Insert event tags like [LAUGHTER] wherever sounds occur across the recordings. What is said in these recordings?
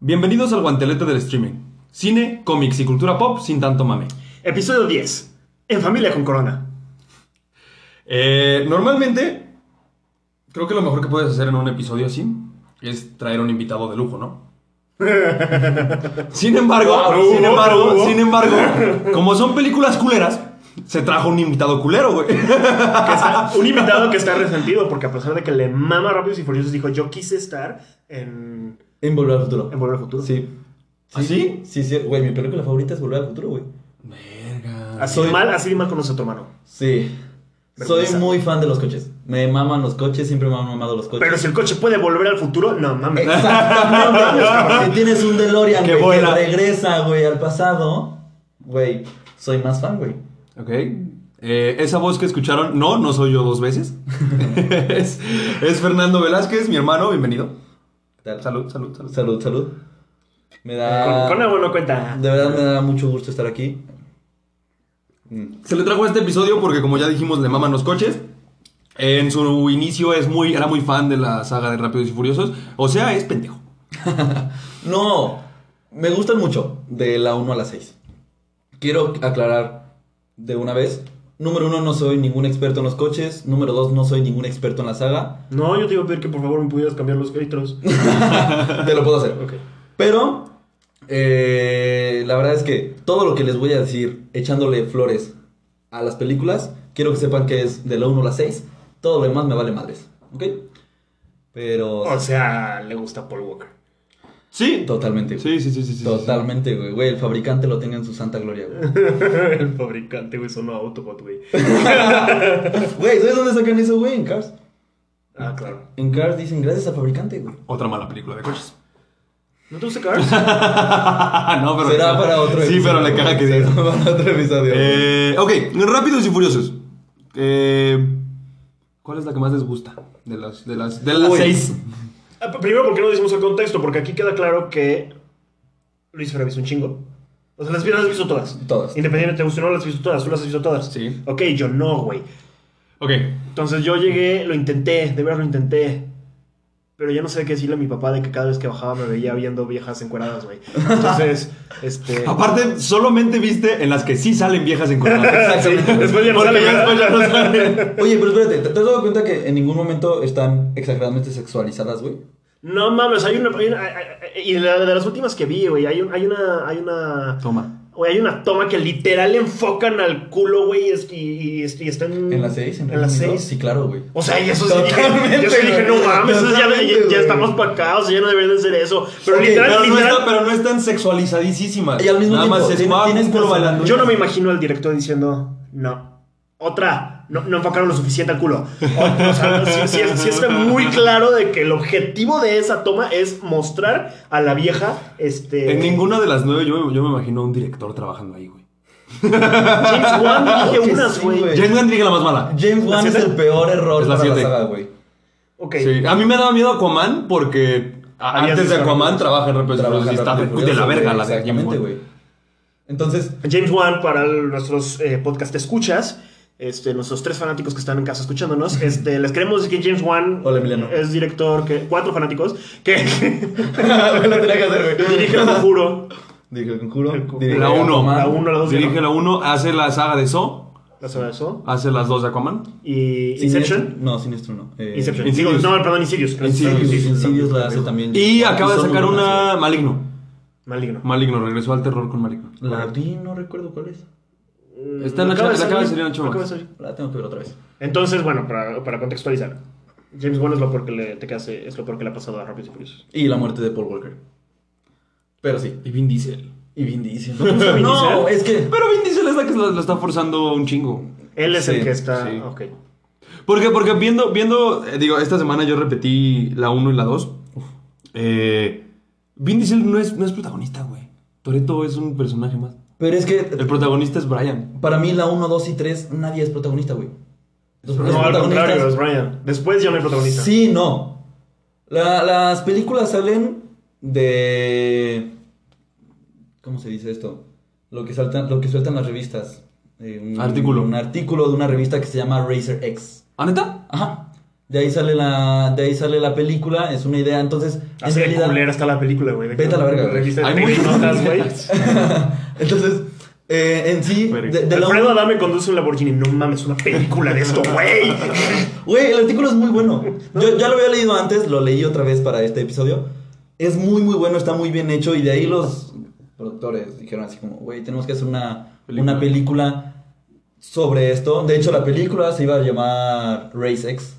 Bienvenidos al guantelete del streaming. Cine, cómics y cultura pop sin tanto mame. Episodio 10. En familia con Corona. Eh, normalmente, creo que lo mejor que puedes hacer en un episodio así es traer un invitado de lujo, [LAUGHS] ¿no? sin embargo, Wow, sin hubo, embargo, hubo. sin embargo, como son películas culeras, se trajo un invitado culero, güey. Que está- un invitado que está resentido porque a pesar de que le mama Rápidos y Furiosos dijo yo quise estar en, En Volver al Futuro. en Volver al ¿Ah, Futuro. Sí. ¿Así? Sí, sí. Güey, mi película favorita es Volver al Futuro, güey. Verga. Así de mal, así de mal conoce a tu hermano. Sí. Soy Vergüenza. muy fan de los coches. Me maman los coches, siempre me han mamado los coches. Pero si el coche puede volver al futuro, no mames. [LAUGHS] Exactamente. si tienes un DeLorean Que güey, que vuela. regresa, güey, al pasado, güey, soy más fan, güey. Ok. Eh, esa voz que escucharon, no, no soy yo dos [LAUGHS] veces. [LAUGHS] es, es Fernando Velázquez, mi hermano, bienvenido. ¿Qué tal? Salud, salud, salud. Salud, salud. Me da. Con, con Evo no cuenta. De verdad me da mucho gusto estar aquí. Se le trajo este episodio porque, como ya dijimos, le maman los coches. En su inicio es muy, era muy fan de la saga de Rápidos y Furiosos. O sea, es pendejo. No, me gustan mucho, de la 1 a la 6. Quiero aclarar de una vez. Número 1, no soy ningún experto en los coches. Número 2, no soy ningún experto en [LAUGHS] la saga. No, yo te iba a pedir que por favor me pudieras cambiar los [LAUGHS] filtros. Te lo puedo hacer. Ok. Pero, eh, la verdad es que todo lo que les voy a decir echándole flores a las películas, quiero que sepan que es de la 1 a la 6. Todo lo demás me vale madres, ¿ok? Pero... Ah, O sea, le gusta Paul Walker. [LAUGHS] Sí. Totalmente. güey. Sí, sí, sí, sí. sí, Totalmente, güey. Güey, el fabricante lo tenga en su santa gloria, güey. el fabricante, güey, sonó a Autobot, güey. [LAUGHS] Güey, ¿sabes dónde sacan eso, güey? En Cars. Ah, claro. En Cars dicen gracias al fabricante, güey. sí. Otra mala película de coches. [LAUGHS] ¿No te gusta Cars? no, pero. Será para otro Sí, pero le caga que diga. Será para otro episodio. Eh, ok, Rápidos y Furiosos. Eh, ¿Cuál es la que más les gusta? De las, de las, de las Uy. seis. Ah, p- Primero, ¿por qué no decimos el contexto? Porque aquí queda claro que Luis Ferrer hizo un chingo. O sea, las, vi- las has visto todas. Todas. Independiente, te gustó o no, las has visto todas. Tú las has visto todas. Sí. Ok, yo no, güey. Ok. Entonces yo llegué, lo intenté, de veras lo intenté. Pero ya no sé qué decirle a mi papá de que cada vez que bajaba me veía viendo viejas encueradas, güey. Entonces, [LAUGHS] este. Aparte, solamente viste en las que sí salen viejas encuadradas. Exactamente. Después ya no [LAUGHS] Porque sale, ya ¿verdad? después ya no salen. Oye, pero espérate, ¿te te has dado cuenta que en ningún momento están exageradamente sexualizadas, güey? No mames, hay una. hay una- hay- hay- y la- de las últimas que vi, güey, hay, un- hay una. Hay una. Toma. Güey, hay una toma que literal le enfocan al culo, güey, y, es- y, y, y están. En las seis, en, en las Reino Unido? 6. Sí, claro, güey. O sea, y eso sí Totalmente, dije, yo sí dije, no güey. mames, eso ya, Totalmente, ya- ya güey. estamos para acá, o sea, ya no deberían de hacer eso. Pero Ok, literal, Pero no, literal, está- pero no están sexualizadísimas. Y al mismo Nada tiempo, más es tiene- guau, tienes un culo personalidad. bailando. Yo no me imagino al director diciendo, no. Otra, no, no enfocaron lo suficiente al culo. O, o sea, sí, sí es- sí está muy claro de que el objetivo de esa toma es mostrar a la vieja, este... En ninguna de las nueve yo, yo me imagino a un director trabajando ahí, güey. James [LAUGHS] Wan dirige Que unas, Ah, sí, güey. güey. James Gunn dirige la más mala. James Wan ¿La es siete? el peor error Es la para la siete. Pues, saga, güey. ok. Sí. A mí me daba miedo Aquaman porque a- Ah, Había antes de visto Aquaman Rápidos. trabaja en Rápidos y Furiosos Trabaja y pues, está rápido y de la furioso, verga güey, la de James Exactamente, Wan. güey. Entonces, [LAUGHS] James Wan, para el- nuestros eh, podcast escuchas, este, nuestros tres fanáticos que están en casa escuchándonos, este, les queremos decir que James Wan Hola, Emiliano. es director, que cuatro fanáticos, [LAUGHS] que, que lo Ah, tenía que hacer, [LAUGHS] güey. dirige El Conjuro, Dirige el conjuro. El Conjuro. dirige La uno. Aquaman. la 1, la 2, Dirige la 1, hace la saga de Saw, la saga de eso, hace las dos de Aquaman. y Siniestro- Inception. No, Siniestro no. Eh, Inception. Insidious. Digo, no, perdón, Insidious. Insidious, Insidious, Insidious, Insidious la hace pendejo. también. Y acaba de son sacar una nominaciones. Maligno. Maligno. Maligno, regresó al terror con Maligno. La vi, no recuerdo cuál es. Está en la Mm, Acaba chava- la acaba de salir en la chava. acaba de salir. La tengo que ver otra vez. Entonces, bueno, para, para contextualizar, James Wan es lo peor que le, te quedas, eh, es lo peor que le ha pasado a Rápidos y Furiosos. Y la muerte de Paul Walker. Pero sí. Y Vin Diesel. Y Vin Diesel. Vin [LAUGHS] No, Diesel? es que. Pero Vin Diesel es la que lo lo está forzando un chingo. Él es Sí, el que está. sí. Ok. ¿Por qué? Porque viendo, viendo, eh, digo, esta semana yo repetí la 1 y la 2. Eh, Vin Diesel no es, no es protagonista, güey. Toreto es un personaje más. Pero es El que protagonista es Brian. para mí la 1, 2 y 3 nadie es protagonista, güey. Los No, los al protagonistas- contrario, es Brian. Después ya no hay protagonista. Sí, no. La- las películas salen de. ¿Cómo se dice esto? Lo que, saltan, lo que sueltan las revistas. Eh, un Artículo. Un artículo de una revista que se llama Racer X. ¿Ah, neta? Ajá. de ahí sale la, de ahí sale la película, es una idea, entonces... en Así de realidad- culera está la película, güey. de Vete que a la verga, güey. Revista de Hay muchas notas, güey. [LAUGHS] Entonces, eh, en sí, [LAUGHS] de, de la Alfredo Adame conduce un Lamborghini. No mames, una película de esto, [LAUGHS] güey. Güey, el artículo es muy bueno. Yo ya lo había leído antes, lo leí otra vez para este episodio. Es muy, muy bueno, está muy bien hecho. Y de ahí los productores dijeron así como, güey, tenemos que hacer una película. una película sobre esto. De hecho, la película se iba a llamar Race X.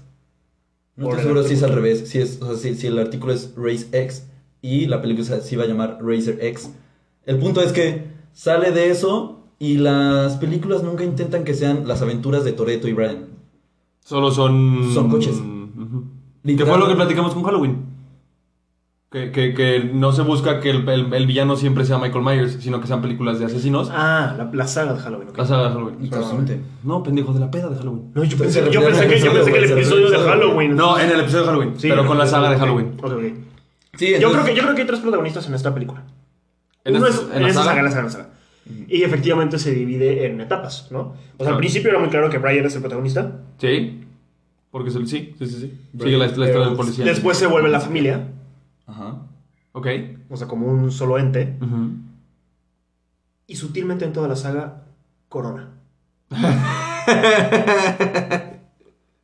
No Por estoy el seguro si es artículo. al revés. Si, es, o sea, si, si el artículo es Race X y la película se- se iba a llamar Racer X. El punto es que sale de eso y las películas nunca intentan que sean las aventuras de Toreto y Brian. Solo son. Son coches. Ujú. Que Literal. fue lo que platicamos con Halloween. Que, que- que no se busca que el, el- el villano siempre sea Michael Myers, sino que sean películas de asesinos. Ah, la, la saga de Halloween. ok. La saga de Halloween. Interesante. No, pendejo, de la peda de Halloween. No, yo Entonces, pensé, yo ya pensé no que, yo episodio, pensé que el güey, episodio de episodio. Halloween. No, en el episodio de Halloween, Sí, pero en con el la saga de episodio, Halloween. ok, ok. Sí, Yo, entonces- creo que, yo creo que hay tres protagonistas en esta película. En Uno esta- es en en la esa saga. saga, la saga, la saga. Y efectivamente se divide en etapas, ¿no? O sea, Claro. al principio era muy claro que Brian es el protagonista. Sí. Porque es el. Sí, sí, sí. sí. Sigue la, la historia pero del policía. Después se vuelve la familia, Ajá. Ok. o sea, como un solo ente. Ujú. Y sutilmente en toda la saga, [LAUGHS] Corona.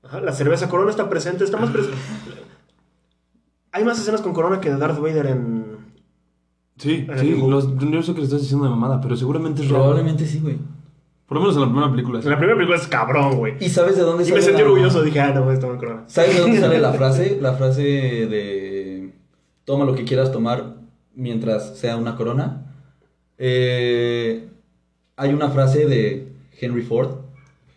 Ajá, la cerveza Corona está presente, está más presente. Hay más escenas con Corona que de Darth Vader en... Sí, En el sí. dibujo. Los, yo sé que le estás diciendo de mamada, pero seguramente es real. Probablemente sí, güey. Por lo menos en la primera película. sí. En la primera película es cabrón, güey. ¿Y sabes de dónde Y me la- sentí orgulloso, dije, ah, no, está en Corona. ¿Sabes de [LAUGHS] dónde sale la frase? La frase de toma lo que quieras tomar mientras sea una corona. Eh, hay una frase de Henry Ford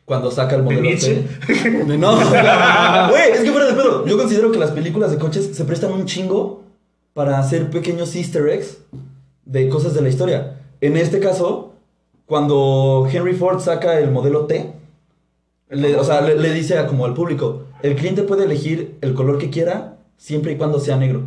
cuando saca el modelo Nietzsche? T. [LAUGHS] De- No, güey, es que fuera de pedo. Yo considero que las películas de coches se prestan un chingo para hacer pequeños easter eggs de cosas de la historia. En este caso, cuando Henry Ford saca el modelo T, le- o sea, le, le dice a- como al público, el cliente puede elegir el color que quiera siempre y cuando sea negro.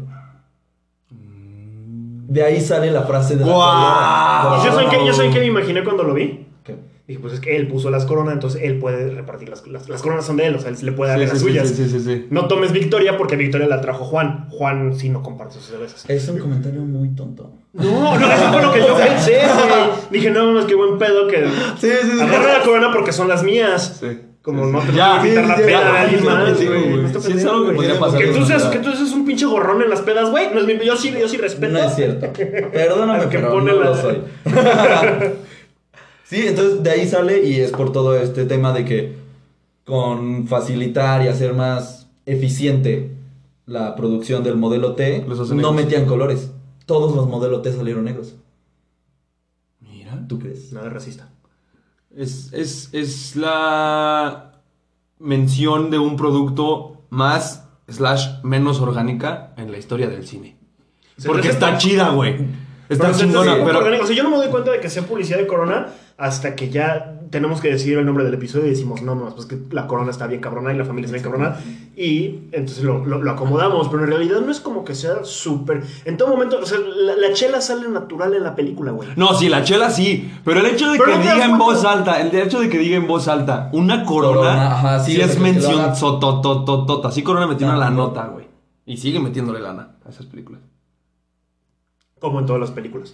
De ahí sale la frase de la ¡Guau! corona. Pues Wow. yo soy que, yo soy que me imaginé cuando lo vi. ¿Qué? Dije, pues es que él puso las coronas, entonces él puede repartir las, las, las coronas son de él, o sea, él le puede dar Sí, las sí, sí, suyas. sí, sí, sí. No tomes Victoria porque Victoria la trajo Juan. Juan sí no comparte sus cervezas. Es un comentario muy tonto. No, no, eso fue lo que [LAUGHS] yo pensé, güey. Dije, no mames, qué buen pedo que. Sí, sí, sí. Agarra la corona porque son las mías. Sí. Como no te Ya, puedo quitar la sí, sí, peda ya, de alguien sí, más, sí, güey. güey. No está Sí, es pendejo, algo que güey. podría pasar Que de tú seas, verdad. que tú seas un pinche gorrón en las pedas, güey. No es mi- yo sí, yo sí respeto. No es cierto. Perdóname, Al que pero pone no la- [LAUGHS] lo soy. sí, entonces de ahí sale y es por todo este tema de que con facilitar y hacer más eficiente la producción del modelo T, Los no hacen negros. metían colores. Todos los modelos T salieron negros. Mira. ¿Tú crees? No, es racista. Es, es, es la mención de un producto más slash menos orgánica en la historia del cine. Se Porque presenta- está chida, güey. Está Pero, entonces, chingona, sí, pero... orgánico. O sea, yo no me doy cuenta de que sea publicidad de Corona hasta que ya tenemos que decidir el nombre del episodio y decimos, no, no, pues que la Corona está bien cabrona y la familia está bien cabrona. Y entonces lo, lo- lo acomodamos, pero en realidad no es como que sea súper... En todo momento, o sea, la, la chela sale natural en la película, güey. No, sí, la chela sí. Pero el hecho de Pero que no te das diga en cuenta. voz alta, el hecho de que diga en voz alta una corona, Corona, ajá, sí, sí, o sea, es que- que lo mención haga. sototototota. Sí, Corona metió una Ah, la no. nota, güey. Y sigue metiéndole lana a esas películas. Como en todas las películas.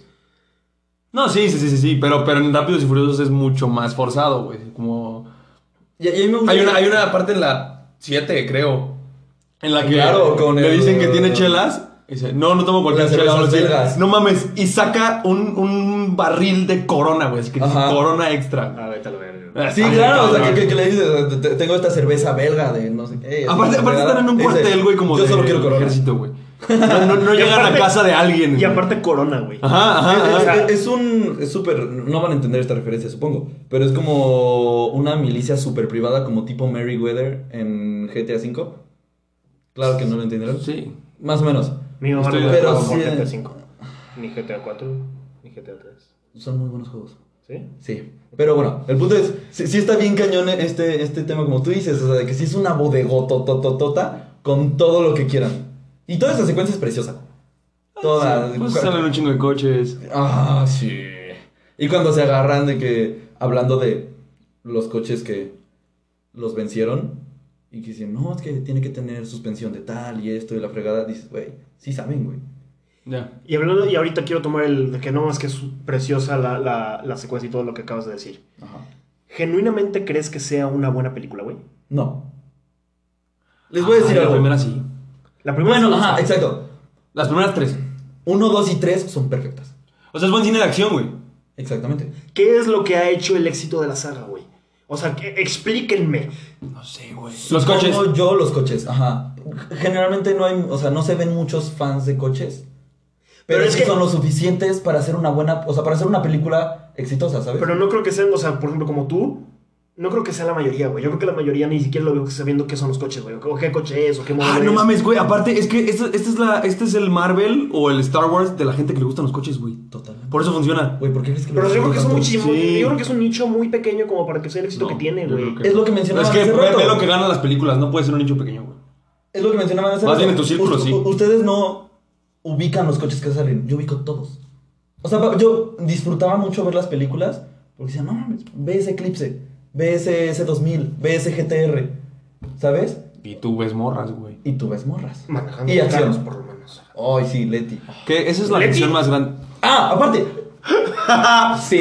No, sí, sí, sí, sí, sí. Pero, pero en Rápidos y Furiosos es mucho más forzado, güey. Como... Y, y a mí me gusta- Hay una, hay una parte en la 7, creo. En la que Claro, con le el- dicen que tiene chelas. Y dice, no, no tomo cualquier Las chela. cervezas ahora sí". belgas. No mames. Y saca un, un barril de corona, güey. Es que dice Ajá. corona extra. A ver, tal vez. Sí, Ay, claro, o sea, cabrón. que, que- que le dices, "Te- tengo esta cerveza belga de no sé qué. Aparte, aparte están en un Dice, cuartel, güey, como Yo de solo quiero corona. ejército, [LAUGHS] güey. No, no- no Y llegan aparte- a casa de alguien. Y aparte Corona, güey. Ajá, ajá, Es- ajá. sea- es, Ah, es un. Es súper. No van a entender esta referencia, supongo. Pero es como una milicia súper privada, como tipo Merryweather en GTA V. Claro que no lo entenderán. Sí. Más o menos. Mi mamá no Estoy me de dejaba acuerdo. por Pero sí- GTA 5. Ni GTA 4, ni GTA 3. Son muy buenos juegos. ¿Sí? Sí. Pero bueno, el punto es: sí, sí está bien cañón este, este tema, como tú dices. O sea, de que sí es una bodegotototota con todo lo que quieran. Y toda esa secuencia es preciosa. Ah, Toda. Pues salen un chingo de coches. Ah, sí. Y cuando se agarran de que, hablando de los coches que los vencieron, y que dicen, no, es que tiene que tener suspensión de tal y esto y la fregada, dices, güey, sí saben, güey. Ya. Y hablando, y ahorita quiero tomar el de que no más que es preciosa la, la, la secuencia y todo lo que acabas de decir. Ajá. ¿Genuinamente crees que sea una buena película, güey? No. Les voy a decir Ah, La algo. primera sí. La primera Bueno, sí, ajá, exacto. Las primeras tres. Uno, dos y tres son perfectas. O sea, es buen cine de acción, güey. Exactamente. ¿Qué es lo que ha hecho el éxito de la saga, güey? O sea, que- explíquenme. No sé, güey. Los Supongo coches. Yo los coches, ajá. Generalmente no hay, o sea, no se ven muchos fans de coches. Pero, Pero es es que- que son lo suficientes para hacer una buena, o sea, para hacer una película exitosa, ¿sabes? Pero no creo que sean, o sea, por ejemplo, como tú, no creo que sea la mayoría, güey. Yo creo que la mayoría ni siquiera lo veo sabiendo qué son los coches, güey. O qué coche es, o qué modelo Ah, no es. mames, güey. Aparte, es que esta, esta es la, este es el Marvel o el Star Wars de la gente que le gustan los coches, güey. Totalmente. Por eso funciona. Güey, ¿por qué crees que lo Pero yo creo que es critican un tanto? muchísimo. Sí. Yo creo que es un nicho muy pequeño como para que sea el éxito No, que tiene, yo güey. creo Es lo que No, es mencionaban que hace ve, rato. ve lo que ganan las películas. No puede ser un nicho pequeño, güey. Es lo que mencionaban hace Más bien en rato. tu círculo, Ust- sí. u- Ustedes no ubican los coches que salen, yo ubico todos. O sea, pa- yo disfrutaba mucho ver las películas porque decía, no mames, ve ese Eclipse, ve ese S2000, ve ese GTR, ¿sabes? Y tú ves morras, güey. Y tú ves morras. Manejando y carros, acciones. por lo menos. Ay, sí, Leti. Que esa es la Leti. lección más grande. Ah, aparte. [LAUGHS] Sí,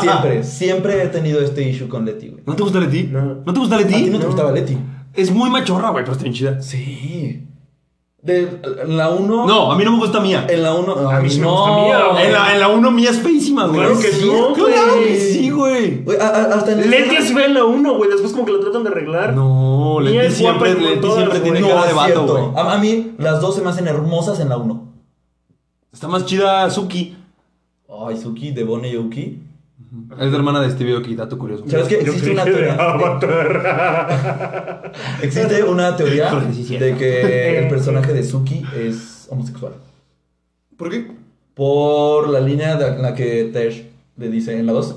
siempre, siempre he tenido este issue con Leti, güey. ¿No te gusta Leti? No. ¿No te gusta ¿A ti Leti? no te gustaba Leti? Es muy machorra, güey, pero está bien chida. Sí. De la 1. No, a mí no me gusta mía. En la 1. A mí sí me gusta mía, En la, en la 1 mía es feísima, güey. Claro que sí. no, Claro güey. que sí, güey. Güey, a- a- hasta en el- Leti es en la 1, güey. Después como que lo tratan de arreglar. No, Mía Leti es guapa siempre, en Leti todas, siempre güey. tiene No, cara de es vato, cierto. güey. A, a mí las dos se me hacen hermosas en la 1. Está más chida Suki. Ay, Suki, Devone y Yuki. Es la hermana de Stevie Oki, dato curioso. ¿Sabes qué? Yo Existe creí una que [LAUGHS] de teoría. Avatar. Existe [LAUGHS] una teoría Porque sí es cierto. de que el personaje de Suki es homosexual. ¿Por qué? Por la línea de- en la que Tesh le dice en la 2.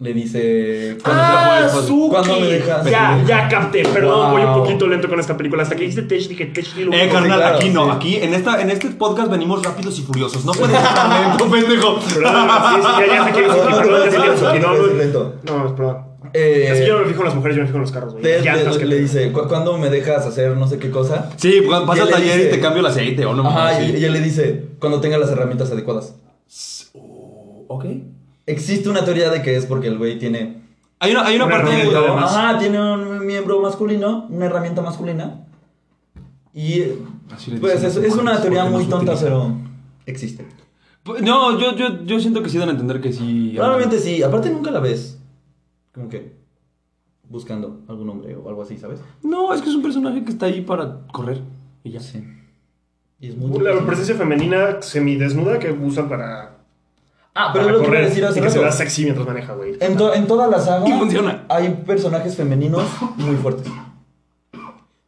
Le dice. cuando se la ¡Ah, juega después, ¿Cuándo me Suki! dejas? Ya, ya capté. Perdón, Wow. voy un poquito lento con esta película. Hasta que dijiste Tech, dije Tech y lo Eh, único. carnal, claro, aquí no. sí. Aquí, en, esta, en este podcast venimos rápidos y furiosos. No puedes estar lento, [LAUGHS] pendejo. Perdón, sí, sí, ya, ya sé que eres Suki, perdón, ya sé que eres [LAUGHS] Suki, no, Es no. lento. No, perdón. Eh, Es que yo no me fijo en las mujeres, yo me fijo en los carros, güey. Tesh Ya, le, antes que le te- dice: "¿Cu- ¿Cuándo me dejas hacer no sé qué cosa? Sí, pues, pasa Y él al le taller y dice- te cambio el aceite o no Ajá, mames, y, sí. y él le dice, cuando tenga las herramientas adecuadas. Ok. Existe una teoría de que es porque el güey tiene... Hay una, hay una Una parte. herramienta, además. Ajá, tiene un miembro masculino, una herramienta masculina. Y... eh, Así le Pues dicen es, las es mujeres, una teoría porque no muy se tonta, utiliza. pero existe. Pues, No, yo, yo, yo siento que sí dan a entender que sí. Probablemente sí, aparte nunca la ves. Como que... Buscando algún hombre o algo así, ¿sabes? No, es que es un personaje que está ahí para correr. Y ya. Sí. Y es muy... La presencia femenina semidesnuda que usan para. Ah, pero es para lo que iba a correr decir hace y que se rato. vea sexy mientras maneja, güey. En, to- en toda la [LAUGHS] saga Y funciona. hay personajes femeninos [LAUGHS] muy fuertes.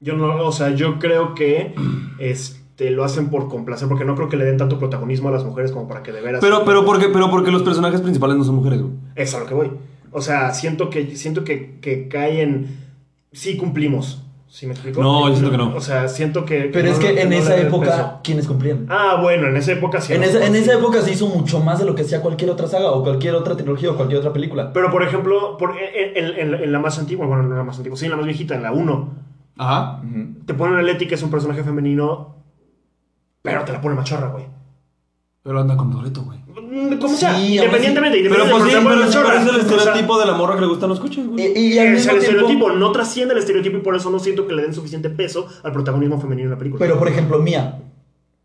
Yo no, o sea, yo creo que [CLEARS THROAT] este, lo hacen por complacer, porque no creo que le den tanto protagonismo a las mujeres como para que de veras. Pero, pero, porque, pero porque los personajes principales no son mujeres, güey. Es a lo que voy. O sea, siento que, siento que, que caen. Sí, cumplimos. ¿Sí me explico? No, yo siento que no. O sea, siento que. Pero es no- que en no le esa den época, peso. ¿quiénes cumplían? Ah, bueno, en esa época sí. En ¿no? esa, en esa época se hizo mucho más de lo que hacía cualquier otra saga o cualquier otra trilogía o cualquier otra película. Pero por ejemplo, por, en, en- en- en la más antigua, bueno, no en la más antigua, sí, en la más viejita, en la 1, Ajá. te ponen a Leti, que es un personaje femenino, pero te la pone machorra, güey. Pero anda con Doreto, güey. Mm, Como sea, Sí, aún independientemente, Pero independientemente. pues sí, te la pone pero sí, pero es el O sea, eh, estereotipo de la morra que le gustan los coches, güey. Y, y al es mismo el tiempo- estereotipo, no trasciende el estereotipo y por eso no siento que le den suficiente peso al protagonismo femenino en la película. Pero por ejemplo, Mia.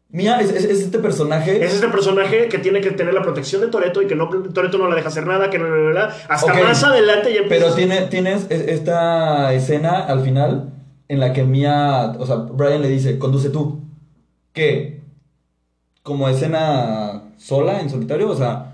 Mia es, es- es este personaje. es este personaje que tiene que tener la protección de Toreto y que no, Toreto no la deja hacer nada, que no, no, no, no, hasta Ok. más adelante ya empieza. Pero tiene, tienes e- esta escena al final en la que Mia. O sea, Brian le dice, conduce tú. Que. Como escena sola, en solitario, o sea.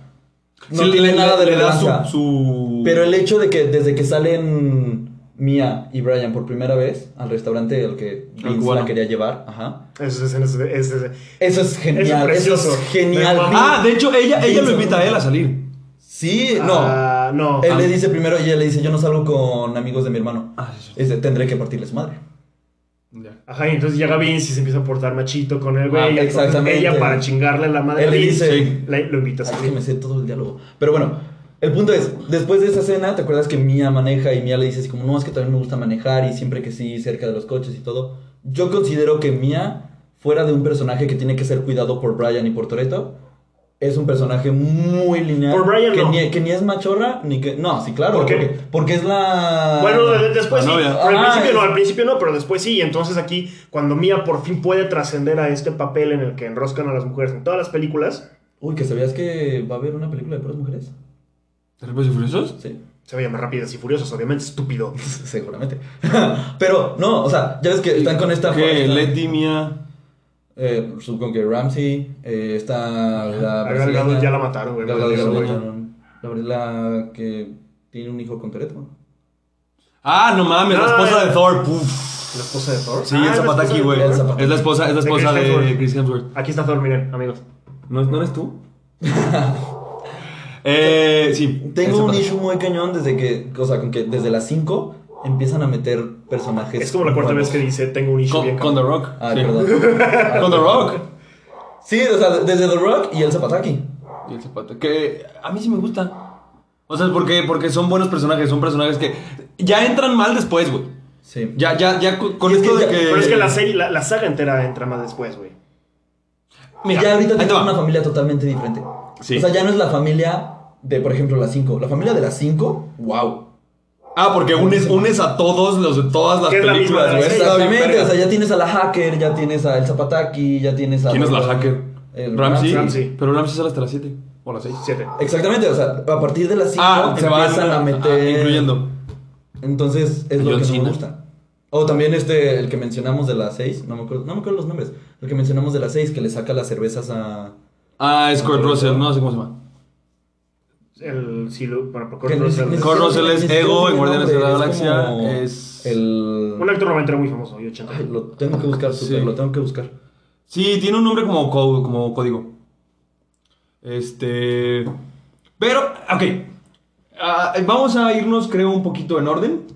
No Sí, tiene le- nada de le da relevancia. su, su- Pero el hecho de que desde que salen Mia y Brian por primera vez al restaurante al que Vince cubano. la quería llevar, ajá. Es- es- es- es- es- Eso es Eso es genial, eso precioso. es genial. Me Ah, de hecho, ella, ella lo Vince. invita a él a salir. Sí, Ah, no. no. Él le dice primero y ella le dice, yo no salgo con amigos de mi hermano. Ah, sí, sí. Dice, tendré que partirle su madre. Ajá, y entonces llega Vince y se empieza a portar machito con el güey. Ah, y entonces exactamente. Ella para chingarle la madre Él le a Vince, dice- la- lo invita a Así que salir. me sé todo el diálogo. Pero bueno, El punto es, después de esa escena, ¿te acuerdas que Mia maneja y Mia le dice así como, no, es que también me gusta manejar y siempre que sí, cerca de los coches y todo? Yo considero que Mia, fuera de un personaje que tiene que ser cuidado por Brian y por Toreto, es un personaje muy lineal. Por Brian que, no. ni, que ni es machorra, ni que... No, sí, claro. ¿Por qué? Porque, porque es la... Bueno, de- después La sí. novia. pero al Ah, principio es- no, al principio no, pero después sí. Y entonces aquí, cuando Mia por fin puede trascender a este papel en el que enroscan a las mujeres en todas las películas, Uy, que sabías que va a haber una película de puras mujeres. ¿Te y Furiosos? Sí. [LAUGHS] se va a llamar Rápidas y Furiosas, obviamente, estúpido. Seguramente. [LAUGHS] Pero, no, o sea, ya ves que están con esta. Que esta- Letty, Mia. eh, supongo que Ramsey. eh, está la. A Gal Gadot brasileña, ya la mataron, güey. Gal Gadot pues ya la Güey. mataron. La verdad, la que tiene un hijo con Toretto. Ah, no mames, la Ah, esposa eh. de Thor. puf. ¿La esposa de Thor? Sí, Ah, el es la esposa Zapataki, de güey. Thor. El Zapataki. Es la esposa, es la De esposa Chris de Hemsworth. Chris Hemsworth. Aquí está Thor, miren, amigos. ¿No, ¿No eres tú? eh, sí. Tengo Esa un pata. issue muy cañón desde que. O sea, con que desde las 5 empiezan a meter personajes. Es como la cuarta nuevos. vez que dice, tengo un issue bien Con, con The cabrón". Rock. Ah, sí. perdón. [LAUGHS] [LAUGHS] Con The Rock. Sí, o sea, desde The Rock y el Zapataki. Y el zapato. Que a mí sí me gusta. O sea, porque, porque son buenos personajes. Son personajes que ya entran mal después, güey. Sí. Ya, ya, ya con, con Y es esto que de ya- que. Pero es que la serie, la, la saga entera entra más después, güey. Mira, ya ahorita ahí te tenemos va. una familia totalmente diferente. Sí. O sea, ya no es la familia de, por ejemplo, las 5. La familia de las 5, wow. Ah, porque unes, unes a todos los de todas las Que es la películas, misma de la güey. serie. Está bien Exactamente. verga. O sea, ya tienes a la hacker, ya tienes a el Zapataki, ya tienes a. ¿Quién es la hacker? El Ramsey. Ramsey. Pero Ramsey sale hasta las 7 o las 6. Siete. Exactamente, o sea, a partir de las 5 Ah, se van empiezan a meter. ah, incluyendo. Entonces es A lo John que no Cena. me gusta. O también este, el que mencionamos de las 6, no me acuerdo, no me acuerdo los nombres. El que mencionamos de las 6 que le saca las cervezas a. Ah, es Kurt Russell, no sé cómo se llama. El, sí, lo- bueno, por que Kurt ni si- Russell. ni Kurt siquiera- Russell es ni siquiera Ego en tiene Guardianes de la nombre, es Galaxia, como es- El. Un actor noventero muy famoso, y 80. Ay, lo tengo que buscar, super, Sí. lo tengo que buscar. Sí, tiene un nombre como, co- como código. Este. Pero, ok. Ah, vamos a irnos, creo, un poquito en orden.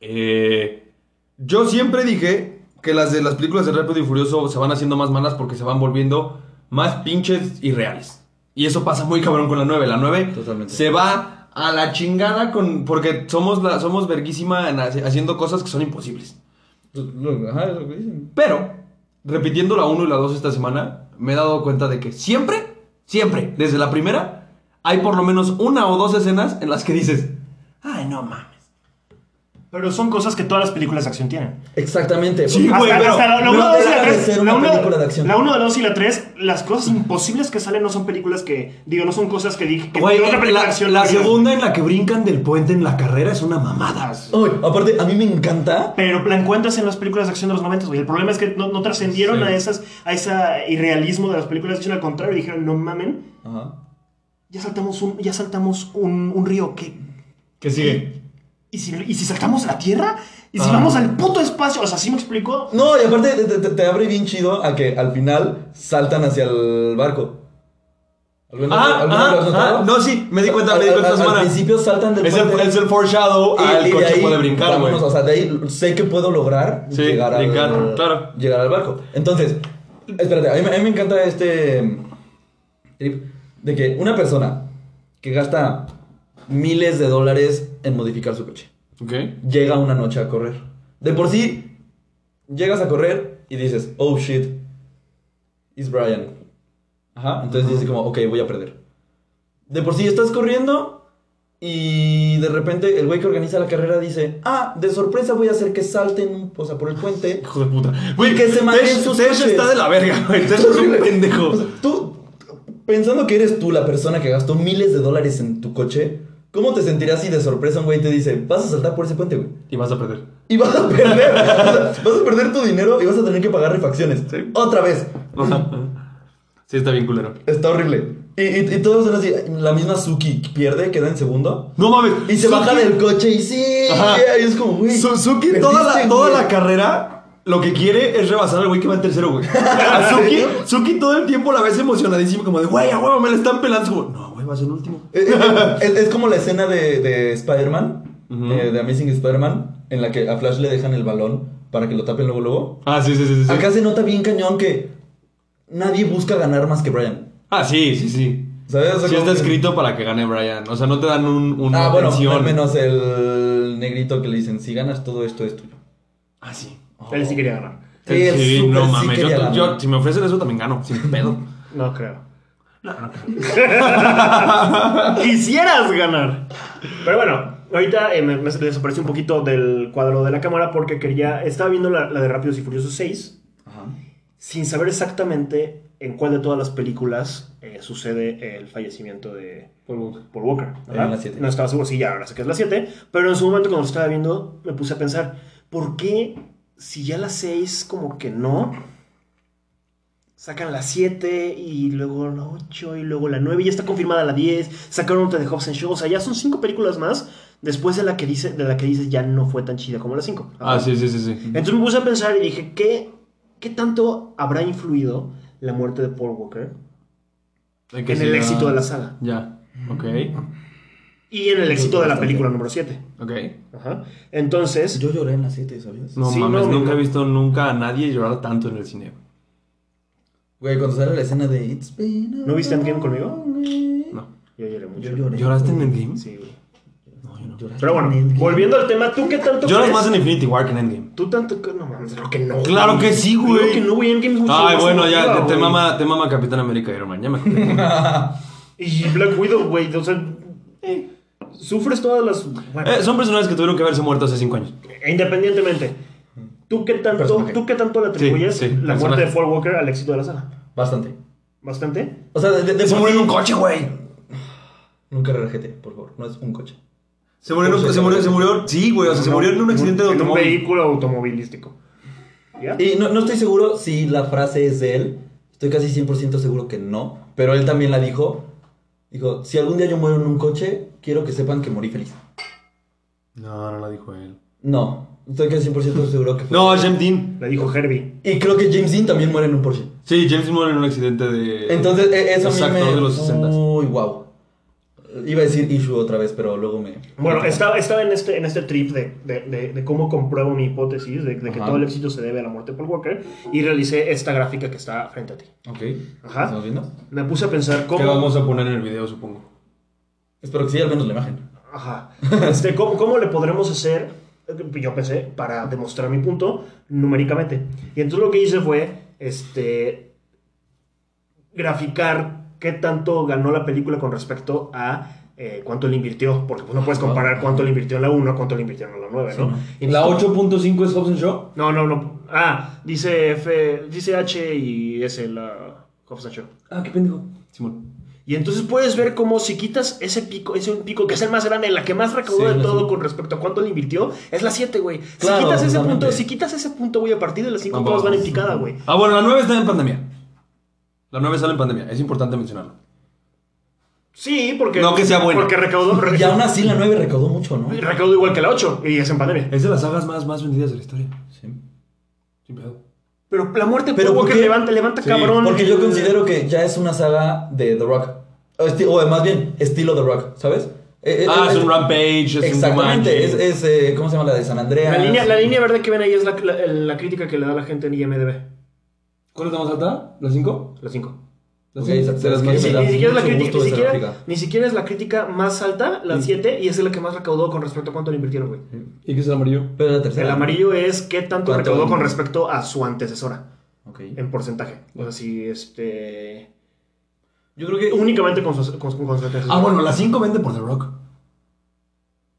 Eh, yo siempre dije que las de las películas de Rápido y Furioso se van haciendo más malas porque se van volviendo más pinches y reales. Y eso pasa muy cabrón con la 9. La 9 Totalmente. se va a la chingada con. Porque somos, la, somos verguísima en hace- haciendo cosas que son imposibles. Lo- Ajá, es lo que dicen. Pero, repitiendo la 1 y la 2 esta semana, me he dado cuenta de que siempre, siempre, desde la primera, hay por lo menos una o dos escenas en las que dices, ay, no mames. Pero son cosas que todas las películas de acción tienen. Exactamente. Sí, porque- güey, pero- la pero 1, 2 y deja la de 3. ser La una 1, película de acción. la 2 y la 3, las cosas imposibles que salen no son películas que. Digo, no son cosas que dije. Que Güey, otra película de la, acción la no haría. segunda en la que brincan del puente en la carrera es una mamada. Ay, aparte, a mí me encanta. Pero la encuentras en las películas de acción de los 90, güey. El problema es que no, no trascendieron Sí. a esas a ese irrealismo de las películas de acción. Al contrario, dijeron, no mamen, Ajá. ya saltamos un, ya saltamos un, un río. ¿qué? ¿Qué sigue? ¿Y, si, ¿Y si saltamos la tierra? ¿Y si Ah. vamos al puto espacio? O sea, ¿sí me explico? No, y aparte te, te- te abre bien chido a que al final saltan hacia el barco. ¿Alguna- Ah, ah, alguna vez lo has ah, notado? no, sí, me di cuenta, me di Al- cuenta al- esta semana. Al principio saltan del Es el, puente es el foreshadow y- al y de coche ahí, puede brincar, güey. vámonos, O sea, de ahí sé que puedo lograr Sí, llegar, brincar, al, claro. llegar al barco. Entonces, espérate, a mí, me- a mí me encanta este mm, trip de que una persona que gasta miles de dólares en modificar su coche Ok. llega una noche a correr. De por sí, llegas a correr y dices, oh shit, it's Brian. Ajá, entonces dices como, ok, voy a perder. De por sí, estás corriendo y de repente el güey que organiza la carrera dice, ah, de sorpresa voy a hacer que salten, o sea, por el puente. Hijo de puta. Güey, Que se manejen Tesh- sus Tesh coches. está de la verga, güey. Tesh [LAUGHS] es un pendejo. O sea, tú, pensando que eres tú la persona que gastó miles de dólares en tu coche, ¿cómo te sentirás si de sorpresa un güey te dice, vas a saltar por ese puente, güey? Y vas a perder. Y vas a perder. [LAUGHS] o sea, vas a perder tu dinero y vas a tener que pagar refacciones. Sí. Otra vez. [LAUGHS] sí, está bien culero. Está horrible. Y, y, y todos son así. La misma Suki pierde, queda en segundo. No mames. Y se baja Suki- del coche y sí. Ajá. Y es como, güey. Su- Suki perdiste, toda la, toda güey. la carrera lo que quiere es rebasar al güey que va en tercero, [LAUGHS] güey. A Suki, Suki todo el tiempo la ves emocionadísimo, como de, güey, a huevo, me la están pelando. Es como, no, güey, va a ser el último. Eh, eh, es, es como la escena de, de Spider-Man, Ujú. eh, de Amazing Spider-Man, en la que a Flash le dejan el balón para que lo tapen luego luego. Ah, sí, sí, sí. sí. Acá se nota bien cañón que nadie busca ganar más que Brian. Ah, sí, sí, sí. ¿Sabes? O sea, Sí como está que- escrito para que gane Brian. O sea, no te dan un, una Ah, bueno, atención. al menos el negrito que le dicen, si ganas todo esto es tuyo. Ah, sí. Él sí quería ganar. Sí, él súper no sí mames. quería yo, ganar. yo- si me ofrecen eso, también gano. [LAUGHS] Sin pedo. No creo. [LAUGHS] Quisieras ganar. Pero bueno, ahorita eh, me, me desapareció un poquito del cuadro de la cámara porque quería. Estaba viendo la, la de Rápidos y Furiosos 6 Ajá. sin saber exactamente en cuál de todas las películas eh, sucede el fallecimiento de Paul Walker. ¿verdad? En la siete. No estaba seguro, sí, ya ahora sé que es la 7. Pero en su momento, cuando lo estaba viendo, me puse a pensar: ¿por qué si ya la 6 como que no? Sacan la 7 y luego la 8 y luego la 9 y ya está confirmada la 10. Sacaron otra de Hobbs and Shaw. O sea, ya son 5 películas más después de la que dice, de la que dices ya no fue tan chida como la 5. Ah, sí, sí, sí, sí. Entonces me puse a pensar y dije, ¿qué, qué tanto habrá influido la muerte de Paul Walker Hay que en el ser- éxito de la saga? Ya. Ok. Y en el éxito de la bastante. película número 7. Ok. Ajá. Entonces, Yo lloré en las 7, ¿sabías? No Sí, mames, no, nunca no. he visto nunca a nadie llorar tanto en el cine. Güey, cuando sale la escena de It's been a ¿No viste Endgame long conmigo? way. No. yo lloré mucho. Yo lloré. ¿Lloraste en Endgame? Sí, güey. No, yo no. Lloraste Pero en bueno, Endgame. volviendo al tema, ¿tú qué tanto Lloras crees? más en Infinity War que en Endgame. Tú tanto que no mames, claro que no. Claro que sí, güey. Claro que no, güey. Endgame es mucho Ay, más bueno, ya, emotiva, te, te güey. mama, te mama Capitán América y Iron Man, ya me acordé. [LAUGHS] Y Black Widow, güey, o sea, eh, sufres todas las bueno, Eh, son personajes que tuvieron que haberse muerto hace 5 años. e independientemente. ¿Tú qué tanto, Personaje. ¿tú qué tanto le atribuyes Sí, sí, la personaje. muerte de Paul Walker al éxito de la saga? Bastante. Bastante. O sea, de, de, de- Se murió en un coche, güey. Nunca relajete, por favor. No es un coche. Se murió, en un- se murió, se murió. Sí, güey, o sea, se murió en un accidente de en un automóvil. vehículo automovilístico. ¿Ya? Y no, no estoy seguro si la frase es de él. Estoy casi 100% seguro que no. Pero él también la dijo. Dijo, si algún día yo muero en un coche, quiero que sepan que morí feliz. No, no la dijo él. No, estoy casi 100% seguro que fue. No, James Dean. La dijo Herbie. Y creo que James Dean también muere en un Porsche. Sí, James Dean murió en un accidente de. Entonces, e- eso a Exacto, mí me... de los 60. Uy, wow. Iba a decir issue otra vez, pero luego me... Bueno, estaba, estaba en, este, en este trip de, de, de- de cómo compruebo mi hipótesis de, de que Ajá. todo el éxito se debe a la muerte de Paul Walker y realicé esta gráfica que está frente a ti. Ok. Ajá. ¿Estamos viendo? Me puse a pensar Que cómo... vamos a poner en el video, supongo. Espero que sí, al menos la imagen. Ajá. Este, ¿cómo, ¿Cómo le podremos hacer? Yo pensé, para demostrar mi punto, numéricamente. Y entonces lo que hice fue este, graficar qué tanto ganó la película con respecto a eh, cuánto le invirtió. Porque pues, no puedes comparar cuánto le invirtió en la 1 a cuánto le invirtió en la 9, ¿no? Y ¿La entonces- 8.5 es Hobbs and Shaw? No, no, no. Ah, dice F, dice H y S, la Hobbs and Shaw. Ah, qué pendejo. Simón. Y entonces puedes ver cómo si quitas ese pico, ese un pico que es el más grande, la que más recaudó Sí, de la todo sí. con respecto a cuánto le invirtió, es la 7, güey. Claro, si quitas ese totalmente. punto, si quitas ese punto, güey, a partir de las 5 Vamos, todas van en sí. picada, güey. Ah, bueno, la 9 está en pandemia. La 9 sale en pandemia, es importante mencionarlo. Sí, porque No que sea bueno. Porque recaudó [LAUGHS] Y aún así la 9 recaudó mucho, ¿no? recaudó igual que la 8 y es en pandemia. Es de las sagas más, más vendidas de la historia. Sí. Sin pedo. Pero la muerte Pero pero ¿por que qué? levanta levanta Sí, cabrón. Porque yo el- considero que ya es una saga de The Rock. O, esti- o, más bien, estilo The Rock, ¿sabes? Eh, eh, Ah, eh, es un Rampage, es un Exactamente, es, Jumanji. es, eh, ¿cómo se llama la de San Andreas? la línea la línea verde que ven ahí es la, la- la crítica que le da la gente en IMDb, ¿Cuál es la más alta? ¿La 5? la 5. ¿La Ok, cinco? exacto, De las es que- que Ni, si- me da ni siquiera es la mucho crítica, gusto ni esa siquiera, gráfica. Mm. ni siquiera es la crítica más alta, la 7, y es la que más recaudó con respecto a cuánto le invirtieron, güey. ¿Y qué es el amarillo? Pero la tercera. El amarillo es qué tanto ¿Cuánto? recaudó con respecto a su antecesora Ok. en porcentaje. O sea, si este. Yo creo que. Únicamente con su, con, con su antecesora. Ah, bueno, la 5 vende por The Rock.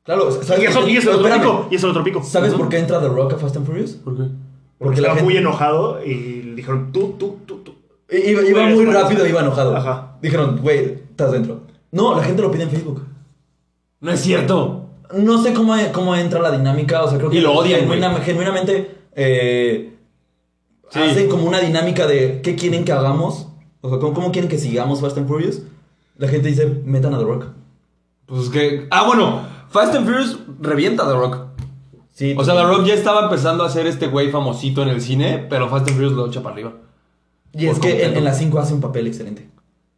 Claro, ¿sabes? Y eso, y eso es otro Espérame, pico. Y eso es otro pico. ¿Sabes por qué entra The Rock a Fast and Furious? ¿Por qué? Porque Porque la estaba gente- muy enojado y le dijeron tú, tú, tú, tú. I- Iba, iba Güey, muy es- rápido, iba enojado. Ajá. Dijeron, güey, estás dentro. No, la gente lo pide en Facebook. No es cierto. No sé cómo, e-, cómo entra la dinámica, o sea, creo que. Y lo odian, genuina- güey. Genuinamente. eh, Sí. Hacen como una dinámica de qué quieren que hagamos. O sea, ¿cómo, cómo quieren que sigamos Fast and Furious? La gente dice, metan a The Rock. Pues es que. Ah, bueno, Fast and Furious revienta a The Rock. Sí, O sea, The Rock ya estaba empezando a ser este güey famosito en el cine, pero Fast and Furious lo echa para arriba. Y es por que en, completo. en las 5 hace un papel excelente.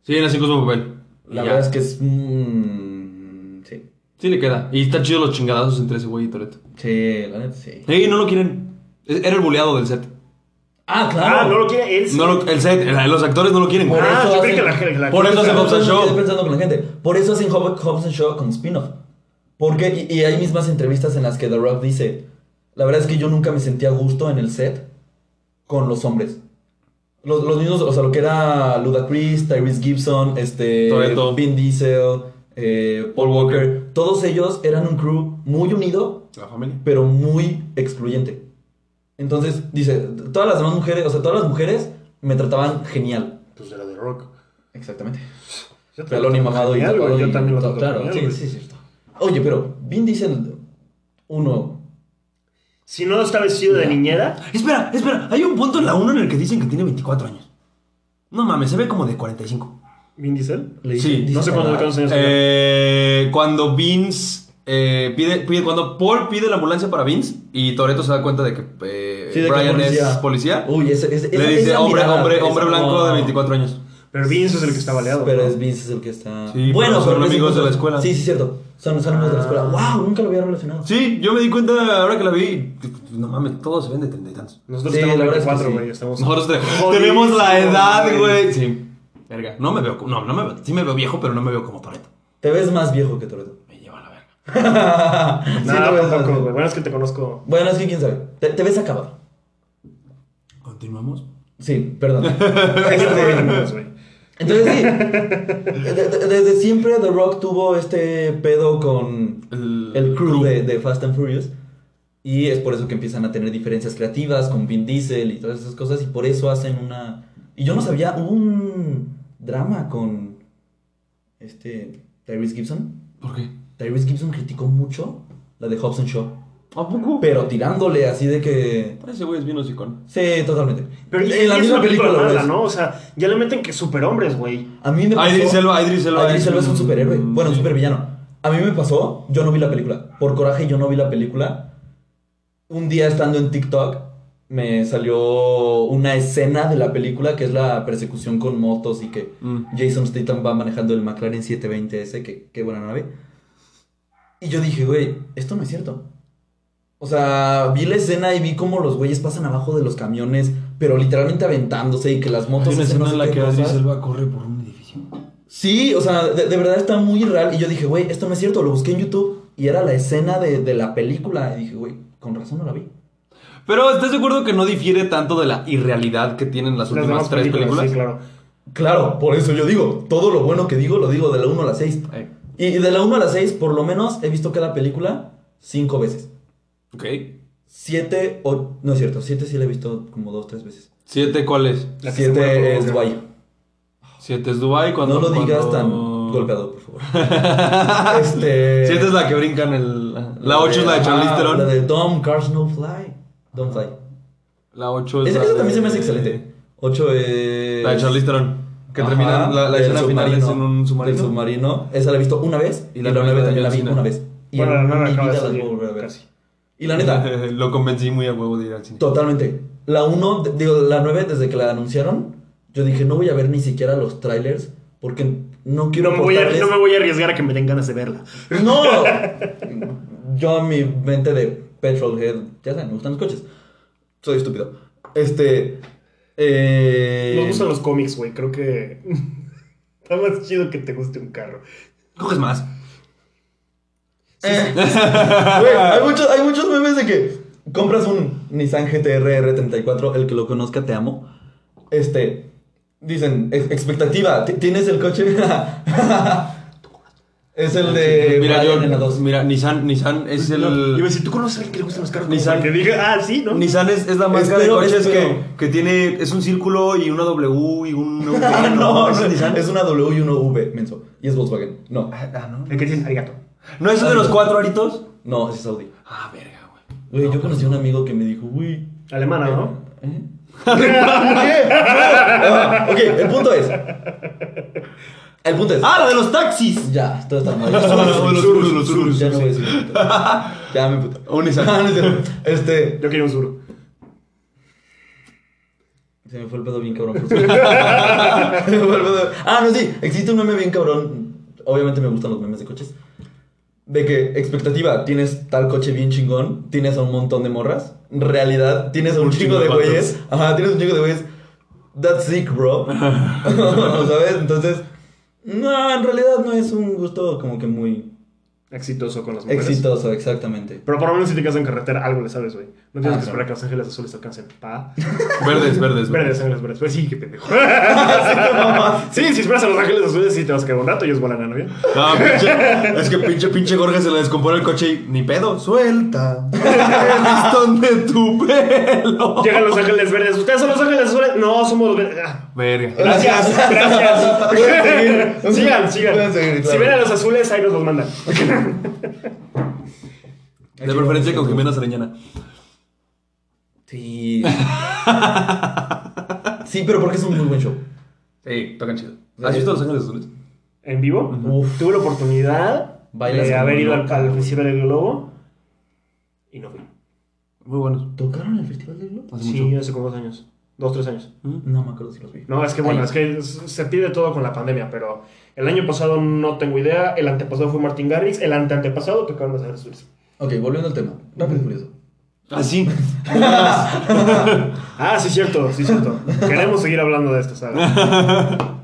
Sí, en las 5 es un papel. La Y ya. verdad es que es. mm, sí. Sí, le queda. Y está chido los chingadazos entre ese güey y Toreto. Sí, la neta, sí. E-, Ey, no lo quieren. Es- Era el buleado del set. Ah, claro. Ah, no lo quiere él. sí. No lo- el set, el- los actores no lo quieren. Por Ah, eso yo creí que hacen- la- que la- por que eso la- se Hobbs and Shaw. Estoy pensando con la gente. Por eso hacen Hob- Hobbs and Shaw como spin-off. Porque, y, y hay mismas entrevistas en las que The Rock dice: La verdad es que yo nunca me sentía a gusto en el set con los hombres. Los, los mismos, o sea, lo que era Ludacris, Tyrese Gibson, este, Toretto. Vin Diesel, eh, Paul Walker, todos ellos eran un crew muy unido La familia. pero muy excluyente. Entonces, dice, todas las demás mujeres, o sea, todas las mujeres me trataban genial. Pues era de rock. Exactamente. Yo te- Pelón y mamado y genial, güey, tapado Yo y también lo todo, trato genial, Claro, sí, güey. sí, es cierto. Oye, pero Vin Diesel, uno... Si no está vestido de niñera, Espera, espera. Hay un punto en la 1 en el que dicen que tiene 24 años. No mames, se ve como de 45. Vin Diesel. Le Sí, No sé dice, cuándo "Ah, cuántos años tenía. Eh, cuando Vince eh, pide, pide, cuando Paul pide la ambulancia para Vince y Toreto se da cuenta de que eh, sí, de que Brian es policía, Uy, ese, ese, le esa- dice esa hombre, mirada, hombre, esa- hombre blanco de 24 años. Pero Vince es el que está baleado. Pero ¿no? es Vince es el que está... Sí, pero son en ese amigos de la punto- escuela. Sí, sí, es cierto. Son, son amigos de la Ah. escuela. ¡Wow! Nunca lo había relacionado. Sí, yo me di cuenta ahora que la vi. pues, No mames, todos se ven de treinta y tantos. Nosotros Sí, tenemos la verdad es que 24, sí. güey. Estamos. Nosotros te- Jodidísimo, tenemos la edad, güey. Sí. Verga. No me veo. No, no me veo. Sí me veo viejo, pero no me veo como Toreto. Te ves más viejo que Toreto. Me lleva a la verga. Sí, te Nada, ves más tampoco, viejo. güey. Bueno, es que te conozco. Bueno, es que quién sabe. Te, te ves acabado. Continuamos. Sí, perdón. [LAUGHS] Exactamente, güey. Entonces [LAUGHS] sí. de- de- desde siempre The Rock tuvo este pedo con El, el crew de, de Fast and Furious. Y es por eso que empiezan a tener diferencias creativas con Vin Diesel y todas esas cosas. Y por eso hacen una. Y yo no sabía, hubo un drama con este Tyrese Gibson. ¿Por qué? Tyrese Gibson criticó mucho la de Hobbs and Shaw. ¿A poco? Ah, Pero tirándole así de que. Ese güey es bien hocicón. Sí, totalmente. Pero Y y- en la y es misma una película, lo mala, ves. ¿no? O sea, ya le meten que superhombres, güey. A mí me pasó. Ah, Idris Elba, Idris Elba Ah, Idris es Elba es un un- superhéroe. Bueno, Mm, un sí. supervillano. A mí me pasó, yo no vi la película. Por coraje, yo no vi la película. Un día estando en TikTok, me salió una escena de la película que es la persecución con motos y que Mm. Jason Statham va manejando el McLaren 720S, que qué buena nave. Y yo dije, güey, esto no es cierto. O sea, vi la escena y vi cómo los güeyes pasan abajo de los camiones, pero literalmente aventándose y que las motos Hay una hacen escena no sé en la qué que cosas. Adri Selva corre por un edificio. Sí, o sea, de, de verdad está muy real. Y yo dije, güey, esto no es cierto. Lo busqué en YouTube y era la escena de, de la película. Y dije, güey, con razón no la vi. Pero ¿estás de acuerdo que no difiere tanto de la irrealidad que tienen las, últimas demás tres películas? Sí, claro. Claro, por eso yo digo, todo lo bueno que digo lo digo de la 1 a la 6. Eh, Y, y de la 1 a la 6, por lo menos, he visto cada película cinco veces. ok. Siete, o, no es cierto, siete sí la he visto como dos, tres veces. ¿Siete cuál es? La que se muere siete por- es Dubai. Siete es Dubai cuando... No lo digas cuando- tan [LAUGHS] golpeado, por favor. este... Siete es la que brincan el... La ocho es la de Charlize ah, Theron. La de Dom Cars No Fly. Don't Fly. La 8 es Esa, Pues la esa de- también se me hace excelente. 8 es. La de Charlize Theron. Que Ajá, termina la, la del escena final es submarino. en un submarino. Del submarino. Esa la he visto una vez. Y Y la la nueve nueva también la vi Alcina. una vez. Y Bueno, la en nueva mi acaba de vida las salir, voy a volver a ver. casi. Y la neta, [LAUGHS] Lo convencí muy a huevo de ir al cine. totalmente. La 1, digo, la 9, desde que la anunciaron, yo dije, no voy a ver ni siquiera los trailers. Porque no quiero. No me, voy a, aportarles- no me voy a arriesgar a que me den ganas de verla. [LAUGHS] ¡No! Yo, mi mente de Petrolhead, ya saben, me gustan los coches. Soy estúpido. Este. Eh... Nos gustan los cómics, güey. Creo que. [LAUGHS] Está más chido que te guste un carro. Coges más. Eh. Güey, hay, muchos, hay muchos memes de que compras un Nissan GTR R34, el que lo conozca te amo. Este, dicen, "Ex- expectativa, ti- ¿tienes el coche? [LAUGHS] es el de mira, Eh, Brian yo- en la dos. mira, Nissan, Nissan es No, el... Iba a decir, ¿tú conoces a alguien que le gustan los carros? Ni Como sal- para Que diga, ah, sí, ¿no? Nissan es, es la marca Espero, de coches espero. que, que tiene. Es un círculo y una W y un. un- Ah, [LAUGHS] no, ¿Es no, un Nissan? es una W y una V, menso. Y es Volkswagen. No, Ah, no. El que dice arigato. ¿No es de los cuatro aritos? no, ese es Audi. Ah, verga, güey. Güey, yo conocí a un amigo que me dijo, güey. Alemana, ¿no? ¿eh? Ah, ok, el punto es. El punto es. ¡Ah, la de los taxis! Ya, todo está mal. [LAUGHS] Los surus, los surus. Ya no voy a decir [LAUGHS] puta. Ya me [LAUGHS] puto. Un Nissan. Este. Yo quería un suru. Se me fue el pedo bien cabrón. por supuesto. [LAUGHS] Se me fue el pedo. Ah, no, sí. Existe un meme bien cabrón. Obviamente me gustan los memes de coches. de que expectativa, tienes tal coche bien chingón, tienes a un montón de morras. Realidad, tienes a un, chingo, de güeyes. Ajá, tienes un chingo de güeyes. That's sick, [LAUGHS] bro. ¿Sabes? Entonces, no, en realidad no es un gusto como que muy Exitoso con las mujeres. exitoso, exactamente. Pero por lo menos si te quedas en carretera, algo le sabes, güey. No tienes Ah, que esperar claro. que los ángeles azules te alcancen. [LAUGHS] Pa. Verdes, verdes, Verdes, verdes. ángeles verdes. Pues sí, qué pendejo. mamá. sí, si esperas a los ángeles azules, sí te vas a quedar un rato. Ellos volan, ¿no? [LAUGHS] ¿Bien? No, pinche- es que pinche, pinche Jorge se le descompone el coche y ni pedo, suelta. El listón de tu pelo. Llegan los ángeles verdes. ¿Ustedes son los ángeles azules? No, somos los verdes. Ah. Verga. [LAUGHS] Gracias, Pueden gracias. seguir. [LAUGHS] sigan, sigan. Pueden seguir, claro. Si ven a los azules, ahí nos los mandan. De preferencia con Jimena Sariñana. Sí. sí, [LAUGHS] pero porque es un muy buen show. Sí, tocan chido. ¿Has visto Los Ángeles Azules? En vivo, Uf. tuve la oportunidad Bailas de como haber ido al, loca. al Festival del Globo y no fui. Muy buenos. ¿Tocaron el Festival del Globo? Hace sí, mucho. hace como dos años. Dos, tres años. No me acuerdo si los vi. No, es que bueno, Ahí. es que s- se pide todo con la pandemia, pero el año pasado no tengo idea, el antepasado fue Martin Garrix, el anteantepasado tocaron los Ángeles Azules. Ok, volviendo al tema. Rápido y furioso. Ah, sí. Ah, sí, cierto, sí, cierto. Queremos seguir hablando de esto, ¿sabes?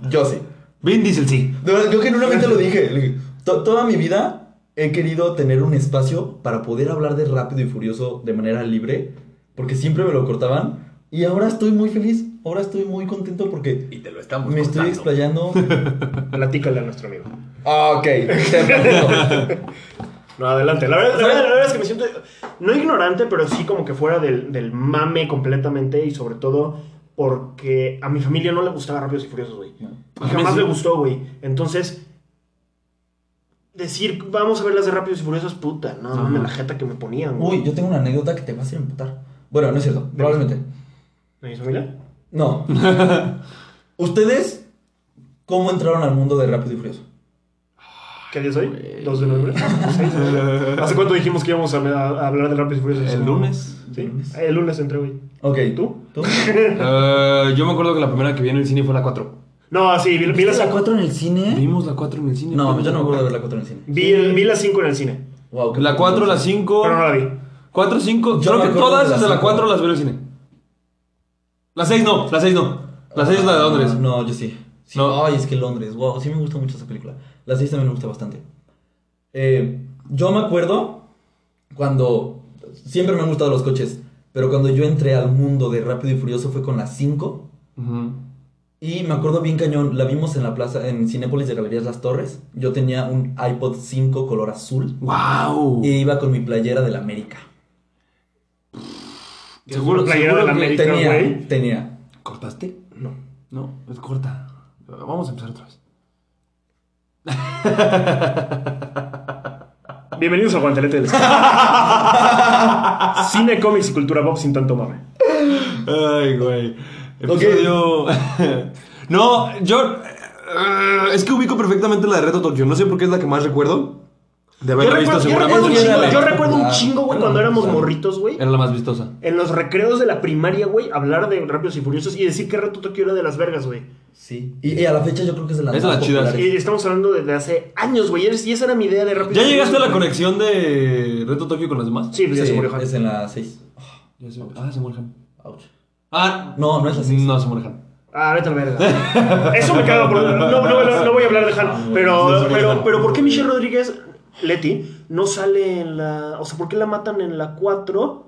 Yo sí. Vin Diesel, sí. De verdad, yo genuinamente lo dije. Le dije, "To- Toda mi vida he querido tener un espacio para poder hablar de rápido y furioso de manera libre, porque siempre me lo cortaban. Y ahora estoy muy feliz, ahora estoy muy contento porque Y te lo estamos me estoy contando. [LAUGHS] explayando. Platícale a nuestro amigo. Ah, ok, te platico. No, adelante. La verdad, la verdad- la verdad es que me siento, no ignorante, pero sí como que fuera del, del mame completamente y sobre todo porque a mi familia no le gustaba Rápidos y Furiosos, güey. Y A mí jamás sí. le gustó, güey. Entonces, decir, vamos a ver las de Rápidos y Furiosos, puta, no, mames, la jeta que me ponían, güey. Uy, yo tengo una anécdota que te va a hacer emputar. Bueno, no es cierto, probablemente. ¿De mi familia? [LAUGHS] No. ¿Ustedes cómo entraron al mundo de rápido y furioso? ¿Qué día es hoy? ¿2 de noviembre? [LAUGHS] ¿Seis de Eh, noviembre? ¿Hace cuánto dijimos que íbamos a, a hablar de Rápidos y Furiosos? El lunes. ¿Sí? El lunes entré, güey. Ok. ¿Tú? [LAUGHS] ¿Tú? Eh, yo me acuerdo que la primera que vi en el cine fue la 4. No, sí, vi, vi ¿Viste las la 4 en el cine? Vimos la 4 en el cine. No, yo no me acuerdo de ver la 4 en el cine. vi, vi las 5 en el cine, Wow, qué La 4, la vergüenza. 5. pero no la vi. 4, 5. Yo Creo me que acuerdo todas de la hasta la cinco. 4 las vi en el cine. La 6 no, la 6 no. La 6 es la de Londres. Ah, No, yo sí. Sí, No. Ay, es que Londres, wow, sí me gusta mucho esa película. La 6 también me gusta bastante. Eh, yo me acuerdo cuando. Siempre me han gustado los coches, pero cuando yo entré al mundo de Rápido y Furioso fue con la 5. Ujú. Y me acuerdo bien cañón, la vimos en la plaza, en Cinépolis de Galerías Las Torres. Yo tenía un iPod 5 color azul ¡Wow! y iba con mi playera del América. Seguro, Es una playera seguro de la que- América. Tenía, güey. tenía. ¿Cortaste? No. No, es corta. Vamos a empezar otra vez. Bienvenidos al guantelete [LAUGHS] del Cine. Cine, cómics y cultura pop sin tanto mame. Ay, güey. Episodio. no, yo. eh, es que ubico perfectamente la de Reto Tokio. No sé por qué es la que más recuerdo. De Yo haberla visto recuerdo, yo recuerdo seguramente. un Es que era chingo, la yo época recuerdo un popular. chingo, güey, Era cuando la éramos popular. morritos, güey. Era la más vistosa. Ah, En los recreos de la primaria, güey, hablar de Rápidos y Furiosos y decir que Reto Tokio era de las vergas, güey. Sí. Y, y a la fecha yo creo que es de las Es de las más chidas. populares. Y estamos hablando desde hace años, güey. Y esa era mi idea de Rápidos ¿Ya y llegaste a la Furiosos, conexión de Reto Tokio con las demás? güey. Sí, pues ya se Sí, murió Han. es en la 6. Ya se- Ah, se muere Han. Ouch. Ah, No, no es la 6. no se muere Han. Ah, vete a [LAUGHS] la verga. Eso me caga por. No, no, no, no voy a hablar de Ah, Han. Pero, pero, pero, ¿por qué Michelle Rodríguez, Leti, no sale en la. O sea, ¿por qué la matan en la 4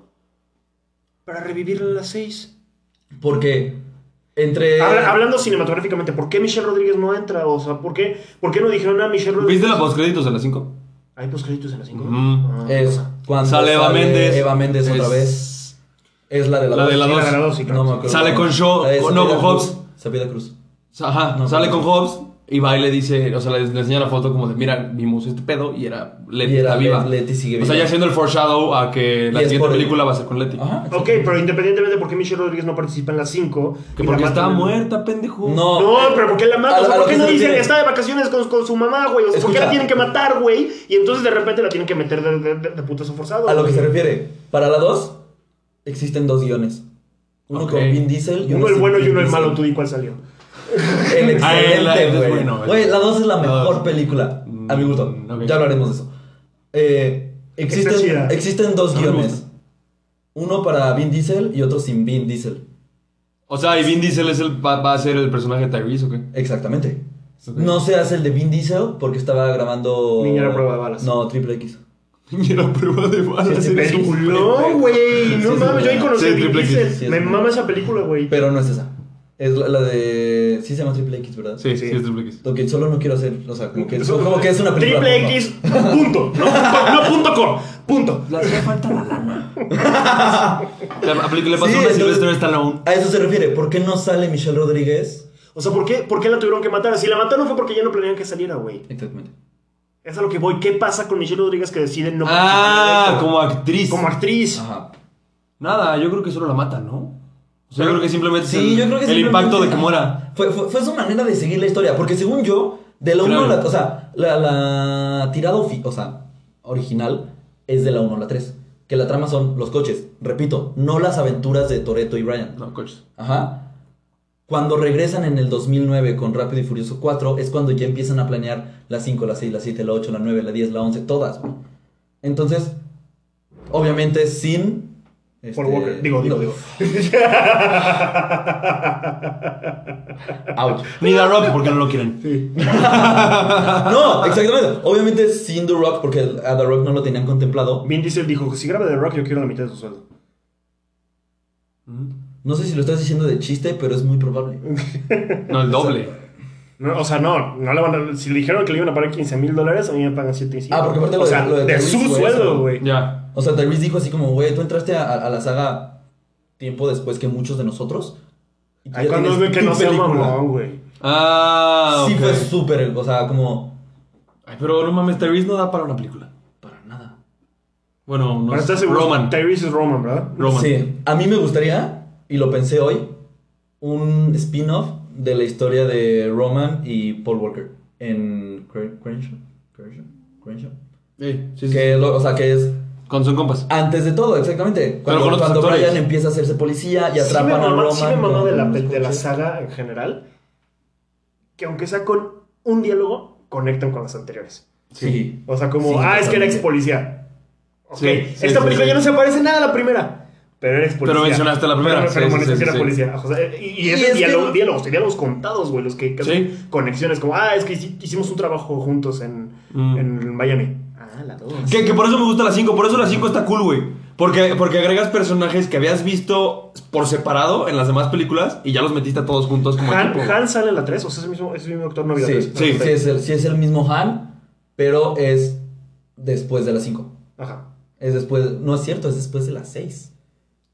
para revivirla en la 6? Porque Eh. entre. Habla- hablando cinematográficamente, ¿por qué Michelle Rodríguez no entra? O sea, ¿por qué, por qué no dijeron a Michelle Rodríguez? ¿Viste la postcréditos de las 5? Hay postcréditos en la Ah, 5. Ujú. Es cuando Sale Eva Méndez. Eva Méndez otra Es- vez. Es la de la La dos. de la Sí, dos. la de la dos, sí, claro. No me acuerdo. Sale con Shaw, La de o no, con Sabina Cruz. Sabina Cruz. Ajá, No, sale pero- con Hobbs y va y le dice, o sea, le, le enseña la foto como de, mira, vimos este pedo y era Letty Y era está viva. Let- Letty sigue O sea, viva. ya haciendo el foreshadow a que la Y es siguiente por- película va a ser con Letty. Ajá. Ok, pero independientemente de por qué Michelle Rodríguez no participa en la 5. Que porque estaba muerta, pendejo. No. No, pero ¿por qué la matan? A- O sea, a ¿Por lo qué que no se dicen refiere. está de vacaciones con, con su mamá, güey? O sea, ¿por qué Escucha. la tienen que matar, güey? Y entonces de repente la tienen que meter de, de, de- de putazo forzado. A lo que güey. se refiere. Para la 2, existen dos guiones. Uno Ok. con Vin Diesel y uno, Uno el sin bueno y Vin uno el Diesel. malo, tú di cuál salió. El Ah, el- el- excelente, es güey. bueno, Güey, la 2 es la La mejor dos. película. A mi gusto. Mm, ok. Ya hablaremos de eso. eh, Extensiva. existen, existen dos No me guiones. gusta. Uno para Vin Diesel y otro sin Vin Diesel. O sea, ¿y Vin Diesel es el, va, va a ser el personaje de Tyrese o qué? [LAUGHS] Exactamente. Ok. No se hace el de Vin Diesel porque estaba grabando... Niñera a prueba de balas. No, Triple X. Y era prueba de balas. Ese eres un peliculón, pendejo. güey. No Sí, mames, yo sí, sí. ahí conocí Sí, a Vin triple X. Diesel. Sí, es Me muy mama bueno. esa película, güey. Pero no es esa. Es la, la de... Sí se llama Triple X, ¿verdad? Sí, Sí. sí, es Triple X. Lo que solo no quiero hacer. O sea, como que, como que es una película. Triple porno. X, [LAUGHS] punto. No, punto, no punto com. Punto. Le hacía falta [LAUGHS] la lana. Le, apli- le pasó Sí, una de entonces- Sylvester Stallone. A eso se refiere. ¿Por qué no sale Michelle Rodríguez? O sea, ¿por qué, ¿por qué la tuvieron que matar? Si la mataron fue porque ya no planeaban que saliera, güey. Exactamente. Es a lo que voy. ¿Qué pasa con Michelle Rodríguez que deciden no Ah, participar en como esto? actriz. como actriz? Ajá. Nada, yo creo que solo la mata, ¿no? O sea, yo creo que simplemente es Sí, el, yo creo que el simplemente- impacto de que muera. Fue, fue, fue su manera de seguir la historia. Porque según yo, de la 1 Claro. a la. O sea, la, la tirada ofi- o sea, original es de la 1 a la 3. Que la trama son los coches. Repito, no las aventuras de Toreto y Brian. No, coches. Ajá. Cuando regresan en el 2009 con Rápido y Furioso 4 es cuando ya empiezan a planear la 5, la 6, la 7, la 8, la 9, la 10, la 11, todas. güey. Entonces, obviamente sin... este, Paul Walker. Digo, digo, no, digo. ouch. Ni The Rock porque no lo quieren. No, exactamente. Obviamente sin The Rock porque a The Rock no lo tenían contemplado. Vin Diesel dijo, si graba The Rock yo quiero la mitad de su sueldo. No sé si lo estás diciendo de chiste, pero es muy probable. No, el doble. No, o sea, no, no le van a- si le dijeron que le iban a pagar 15 mil dólares, a mí me pagan 7 y cinco. Ah, porque aparte lo o de- sea, lo de, de Tyrese, su güey, sueldo, eso. güey. Ya. O sea, Tyrese dijo así como, güey, tú entraste a, a- a la saga tiempo después que muchos de nosotros. Y tú Ay, ya cuando tienes ve que tu no sea película". mamón, güey. Ah, Sí ok. fue súper, o sea, como... Ay, pero no mames, Tyrese no da para una película. Para nada. Bueno, no Pero sé. estás seguro. Roman. Tyrese es Roman, ¿verdad? Roman. Sí, a mí me gustaría, y lo pensé hoy, un spin-off de la historia de Roman y Paul Walker en Cre- Crenshaw. Crenshaw. Crenshaw. Ey, sí, sí. Que lo- o sea, que es Con son compas. antes de todo, exactamente. Pero con Cuando, otros cuando actores. Brian empieza a hacerse policía y Sí me atrapan a mama, Roman. sí me mama con de la, los de la coches. saga en general, que aunque sea con un diálogo, conectan con las anteriores. Sí. O sea, como, Sí, ah, es que era totalmente. ex policía. Ok, Sí, sí, esta sí, película sí. ya no se parece nada a la primera. Pero eres policía. Pero mencionaste la primera, Pero, sí, pero sí, mencionaste sí, era sí. policía. O sea, y, y ese es que- diálogo- diálogos, diálogos contados, güey. Los que que Sí. hacen conexiones, como, ah, es que hici- hicimos un trabajo juntos en, Mm. en Miami. Ah, la dos. Que, que por eso me gusta la 5. Por eso la 5 está cool, güey. Porque, porque agregas personajes que habías visto por separado en las demás películas y ya los metiste a todos juntos como Han, equipo. güey. Han sale en la 3, o sea, es el mismo, es el mismo actor, no había Sí, tres. sí, sí, Perfecto. es el, sí es el mismo Han, pero es después de las 5. Ajá. Es después, no es cierto, es después de las 6.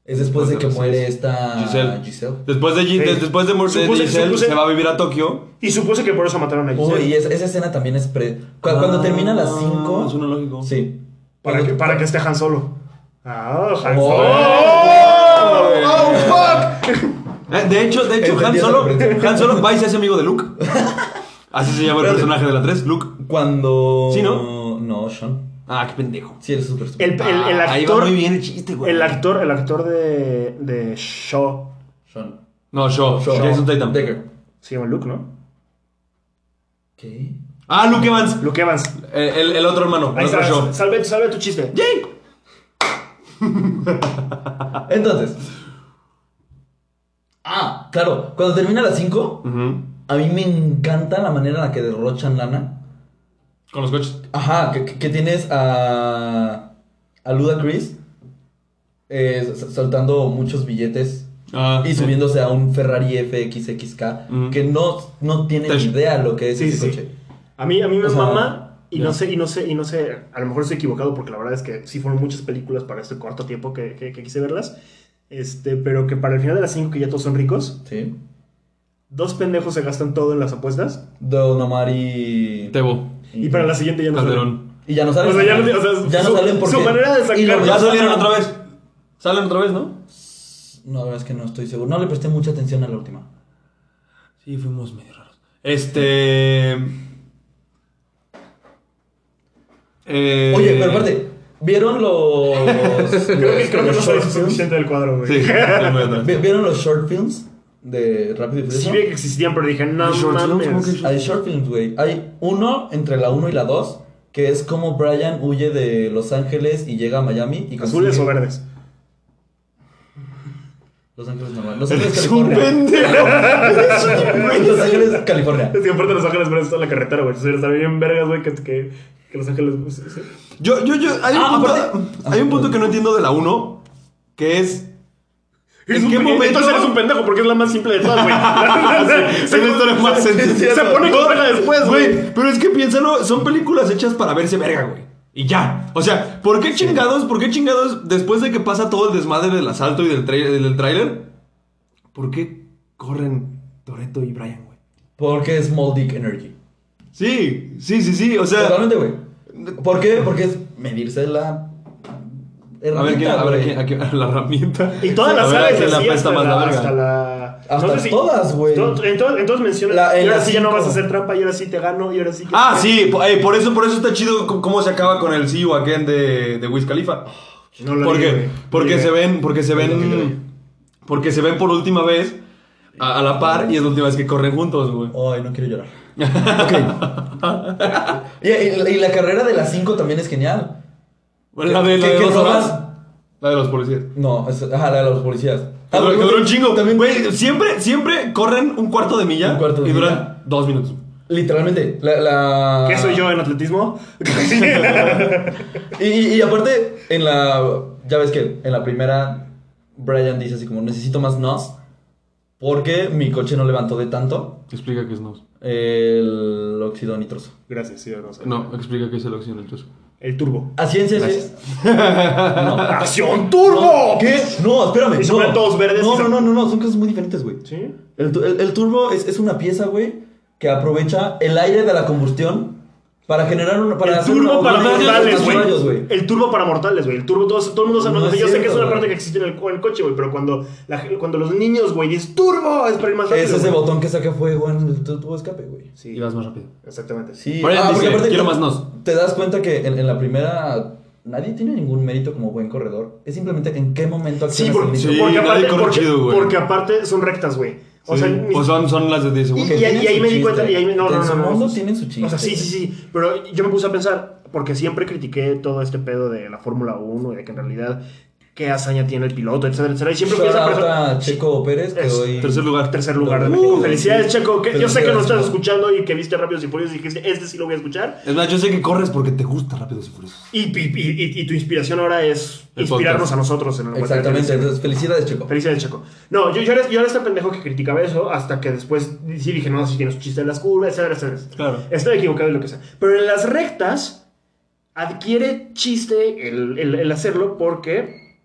Es después de que las muere seis. esta Giselle. Ah, Giselle. Después de, Gi- Sí. de- después de, Mor- de Supuse- Giselle, supuse- se va a vivir a Tokio. Y supuse que por eso mataron Oh, a Giselle. Uy, y es- esa escena también es pre. cu- Cuando Ah, termina a las Es una 5. lógico. Sí. Para Cuando- que, para que esté Han Solo. Ah, Han Oh. Solo. Oh, Oh, fuck. Eh, De hecho, de hecho, Han Entendí esa Solo, referencia. Han Solo va y se hace amigo de [LAUGHS] Luke. Así se llama el Espérate. personaje de la 3, Luke. Cuando. Sí, ¿no? No, Sean. Ah, qué pendejo. Sí, eres súper estúpido. El, el, el Ah, ahí va actor. muy bien el chiste, güey. El actor, el actor de, de Shaw. Sean. No, Shaw. Shaw. Jason Tatum. Decker. Se llama Luke, ¿no? ¿Qué? Ah, Luke Evans. Luke Evans. Eh, El, el otro hermano. Ahí El otro está. Shaw. Salve, salve tu chiste. Jake. Entonces. Ah, claro. Cuando termina a las 5, a mí me encanta la manera en la que derrochan lana. Con los coches. Ajá, que, que- que tienes a. a Luda Chris eh, soltando muchos billetes Ah, y sí. subiéndose a un Ferrari FXXK Ujú. que no, no tiene Te- ni idea lo que es Sí, ese sí. coche. A mí, a mí me O sea, mama. Y ya. no sé, y no sé, y no sé. A lo mejor estoy equivocado porque la verdad es que sí fueron muchas películas para este corto tiempo que, que- que quise verlas. Este, pero que para el final de las 5 que ya todos son ricos, Sí. dos pendejos se gastan todo en las apuestas. Don Omar y. Tebo. Y para la siguiente ya no salen. Calderón. Y ya no salen. O sea, ya no- o sea, Ya no su- salen su porque. manera de sacar- y lo- Ya salieron otra vez. Salen otra vez, ¿no? No, la verdad es que no estoy seguro. No le presté mucha atención a la última. Sí, fuimos medio raros. Este. Eh, Oye, pero aparte, ¿vieron los. Creo que, creo que no los soy short films? suficiente del cuadro, güey. Sí, [LAUGHS] sí, muy atrás. ¿Vi- ¿Vieron los short films de Rápido y Sí Furioso? vi que existían, pero dije, no ¿Y short films? ¿Cómo mames. que- Hay short films, güey. Hay uno entre la 1 y la 2 que es como Brian huye de Los Ángeles y llega a Miami y ¿Azules o consigue- verdes? Los Ángeles normal. Los Ángeles, Eres [LAUGHS] un California. pendejo. [LAUGHS] Los Ángeles, California. [LAUGHS] Es que aparte Los Ángeles Verdes está en la carretera, güey. Entonces está bien vergas, güey, que, que, que Los Ángeles... pues, sí, sí. Yo, yo, yo. Hay un, Ah, punto, aparte- hay un punto que no entiendo de la 1, que es. Eres ¿En un qué pe- momento? Entonces eres un pendejo porque es la más simple de todas, [LAUGHS] güey. Es la historia más sencilla. Se pone compleja después, güey. Güey, pero es que piénsalo, son películas hechas para verse verga, güey. Y ya. O sea, ¿por qué chingados? ¿Por qué chingados después de que pasa todo el desmadre del asalto y del, trai- del tráiler? ¿Por qué corren Toreto y Brian, güey? Porque es Small Dick Energy. Sí, sí, sí, sí. O sea. Totalmente, güey. ¿Por qué? Porque es medirse la. A ver, ¿quién, herramienta, a ver, güey. ¿quién, a quién- [LAUGHS] la herramienta. Y todas A las ver, ¿a aves quién le así apesta más hasta la la... verga? Hasta, la... Hasta todas, güey. To- Entonces, entonces mencionas... La- en y ahora la sí ya no cinco. vas a hacer trampa, y ahora sí te gano, y ahora sí... que- Ah, sí, po- eh, por eso, por eso está chido c- cómo se acaba con el See You Again de, de Wiz Khalifa. No lo digo, Porque, güey. porque Digo. se ven, porque se Es lo que yo digo. ven, porque se ven por última vez a, a la par y es la última vez que corren juntos, güey. Ay, no quiero llorar. ok. y, y- y la carrera de las 5 también es genial. [LAUGHS] Bueno, la de, la ¿Qué- de qué los roban? horas, la de los policías. No, es, ajá, la de los policías. Que Ah, duró- güey, que duró un güey, chingo. También, Güey, siempre, siempre corren un cuarto de milla Un cuarto de y duran milla. dos minutos. Literalmente. La, la... ¿Qué soy yo en atletismo? [LAUGHS] Y, y- y aparte, en la. Ya ves que en la primera, Brian dice así como: Necesito más nos. Porque mi coche no levantó de tanto Explica qué es no. el óxido nitroso. Gracias, sí, no sé. No, explica qué es el óxido nitroso. El turbo. A ciencia sí. [LAUGHS] Ah, No. ¡Acción turbo! ¿Qué? No, espérame. Y se no. ponen todos verdes y No, se- no, no, no, no, son cosas muy diferentes, güey. ¿Sí? El, tu- el- el turbo es, es una pieza, güey, que aprovecha el aire de la combustión para generar una. Para el hacer turbo una- para una- mortales, unos rayos, güey. El turbo para mortales, güey. El turbo, todo, todo el mundo sabe. No es yo sé que es cierto, una güey. parte que existe en el, co- en el coche, güey. Pero cuando, la- cuando los niños, güey, dicen turbo, es para ir más rápido. Es ese güey. botón que saca fuego en el tu- tubo de escape, güey. Sí, Y vas más rápido. exactamente. Sí, Ah, Brian dice, porque aparte "Quiero te- más nos". Te das cuenta que en, en la primera nadie tiene ningún mérito como buen corredor. Es simplemente en qué momento Sí, accionas porque, el sí, ritmo. porque nadie aparte, corre porque, chido, güey. porque aparte son rectas, güey. O sea, Sí. ni- O Pues son, son las de 10 y, segundos. y- y tienen ahí su me di chiste. cuenta, y ahí me, no, En no, no, su no. mundo tienen su chiste, O sea, sí, güey. sí, sí. Pero yo me puse a pensar, porque siempre critiqué todo este pedo de la Fórmula 1 y de que en realidad qué hazaña tiene el piloto, etcétera, etcétera. Y siempre fui Shout esa out persona. a Checo Pérez, que Es hoy. Tercer lugar. Tercer lugar de Uh, México. sí. Felicidades, Checo. que- yo sé que Felicidades, nos estás Checo. escuchando y que viste Rápidos y Furiosos y dijiste, este sí lo voy a escuchar. Es más, yo sé que corres porque te gusta rápido y furiosos. Y, y- y- y- y tu inspiración ahora es El inspirarnos podcast. a nosotros en el Exactamente, entonces felicidades, Checo. Felicidades, Checo. No, yo, yo, era, yo era este pendejo que criticaba eso hasta que después sí dije, no, si tienes chiste en las curvas, etcétera, etcétera. etcétera. Claro. Estoy equivocado en lo que sea. Pero en las rectas adquiere chiste el, el- el hacerlo porque...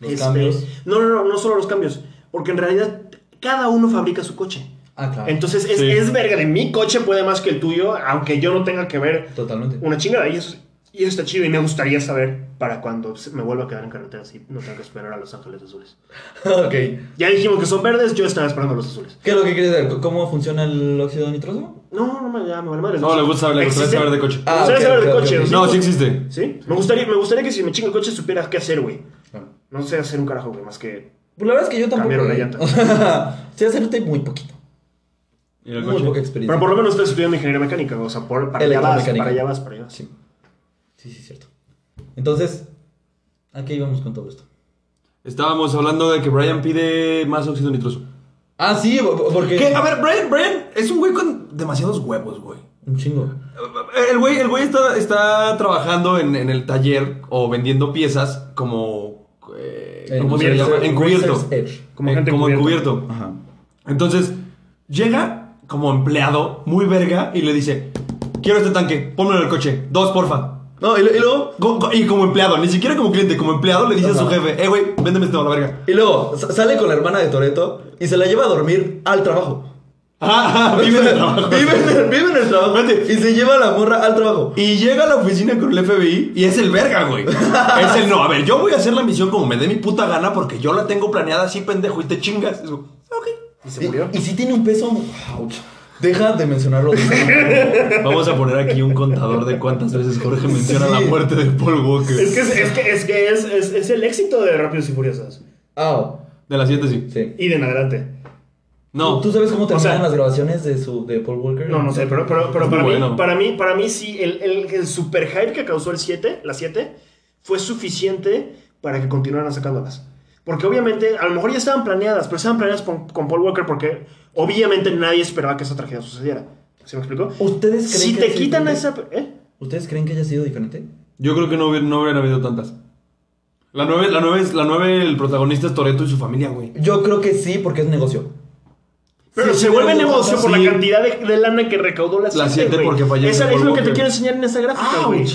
este, Los cambios. No, no, no, no solo los cambios. Porque en realidad cada uno fabrica su coche. Ah, claro. Entonces es, Sí. es verga de mi coche puede más que el tuyo, aunque yo no tenga que ver Totalmente. [LAUGHS] una chingada. Y eso, y eso está chido y me gustaría saber para cuando se- me vuelva a quedar en carretera así, no tengo que esperar a Los Ángeles Azules. ok. ¿Qué Ya dijimos que son verdes, yo estaba esperando a los azules. es lo que quieres saber? ¿Cómo funciona el óxido nitroso? No, no me, ya, me vale madre. No, le gusta saber, le gusta ¿Existe? saber de coche. Me gustaría Ah, ok, saber de ok, coche. ok. ¿sí? No, sí existe. ¿Sí? Me gustaría, me gustaría que si me chingo el coche supiera qué hacer, güey. No sé hacer un carajo, güey, más que... Pues la verdad es que yo tampoco. Cambiaron la güey. llanta. [LAUGHS] O sea, sé hacerte muy poquito. Y el Muy coche. poca experiencia. Pero por lo menos estás estudiando ingeniería mecánica, o sea, por, para allá vas, Electromecánica. para allá vas, para allá vas. Sí. Sí, sí, cierto. Entonces, ¿a qué íbamos con todo esto? Estábamos hablando de que Brian pide más óxido nitroso. Ah, sí, bo- bo- porque. Que, a ver, Brian, Brian es un güey con demasiados huevos, güey. Un chingo. El güey, el güey está, está trabajando en, en el taller o vendiendo piezas como. eh, ¿Cómo se le Razor's- llama? Encubierto. Razor's Edge. Como Eh, gente como encubierta. encubierto. Entonces, llega como empleado, muy verga, y le dice: Quiero este tanque, pónmelo en el coche. Dos, porfa. No, y, lo- y luego. Co- co- Y como empleado, ni siquiera como cliente, como empleado le dice a su Ajá. jefe: Eh, güey, véndeme esto a la verga. [LAUGHS] Y luego sa- sale con la hermana de Toreto y se la lleva a dormir al trabajo. Ah, [LAUGHS] vive de trabajo. Vive en el, vive en el trabajo. Vete. Y se lleva a la morra al trabajo. Y llega a la oficina con el FBI y es el verga, güey. Es el no. A ver, yo voy a hacer la misión como me dé mi puta gana porque yo la tengo planeada así, pendejo, y te chingas. Es como, ok. ¿Y se murió? Y, si tiene un peso. Ouch. Deja de [LAUGHS] mencionarlo. Vamos a poner aquí un contador de cuántas veces Jorge menciona la muerte de Paul Es Walker. que es, es que es, que es, es- es el éxito de Rápidos y Furiosos. Au. De las siete, sí. Ah, Sí. Y de en adelante. No. ¿Tú sabes cómo terminan sea- las grabaciones de, su, de Paul Walker? No, no sé, pero, pero, pero Es muy para, bueno. mí, para, mí, para mí sí, el, el, el super hype que causó el 7, la 7, fue suficiente para que continuaran sacándolas. Porque obviamente, a lo mejor ya estaban planeadas, pero estaban planeadas con, con Paul Walker porque obviamente nadie esperaba que esa tragedia sucediera. ¿Se me explicó? ¿Ustedes creen Si que te haya sido quitan diferente? esa... ¿eh? ¿Ustedes creen que haya sido diferente? Yo creo que no, hubiera- no hubieran habido tantas. La 9, la 9, la 9 el protagonista es Toreto y su familia, güey. Yo creo que sí, porque es negocio. Pero Sí, se sí, vuelve pero- negocio por sí. la cantidad de, de lana que recaudó la 7. La siete porque fallece Esa es Paul lo que te Walker. quiero enseñar en esa gráfica, güey. Ouch.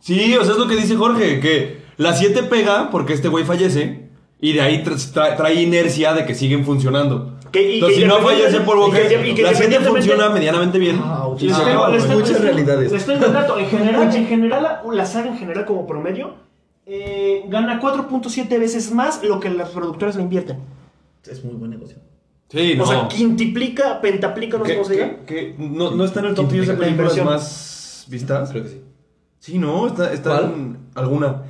Sí, o sea, es lo que dice Jorge, que la 7 pega porque este güey fallece y de ahí tra- tra- trae inercia de que siguen funcionando. Que- y Entonces, que si no independiente- fallece por y que- Walker, y que la 7 independientemente- funciona medianamente bien. Ah, ok. y Les se Ah, tengo- acaba, les güey. tengo- muchas les- realidades. Les tengo el dato. En general, en general la, la saga en general como promedio eh, gana 4.7 veces más lo que las productoras le invierten. Es muy buen negocio. Sí, no. O sea, quintiplica, pentaplica, no sé ¿Qué- cómo se diga. qué- qué- no, no está en el top 10 de Quintuplica la películas inversión. más vistas? Ah, Creo que sí. Sí, no, está, está ¿Cuál? en alguna.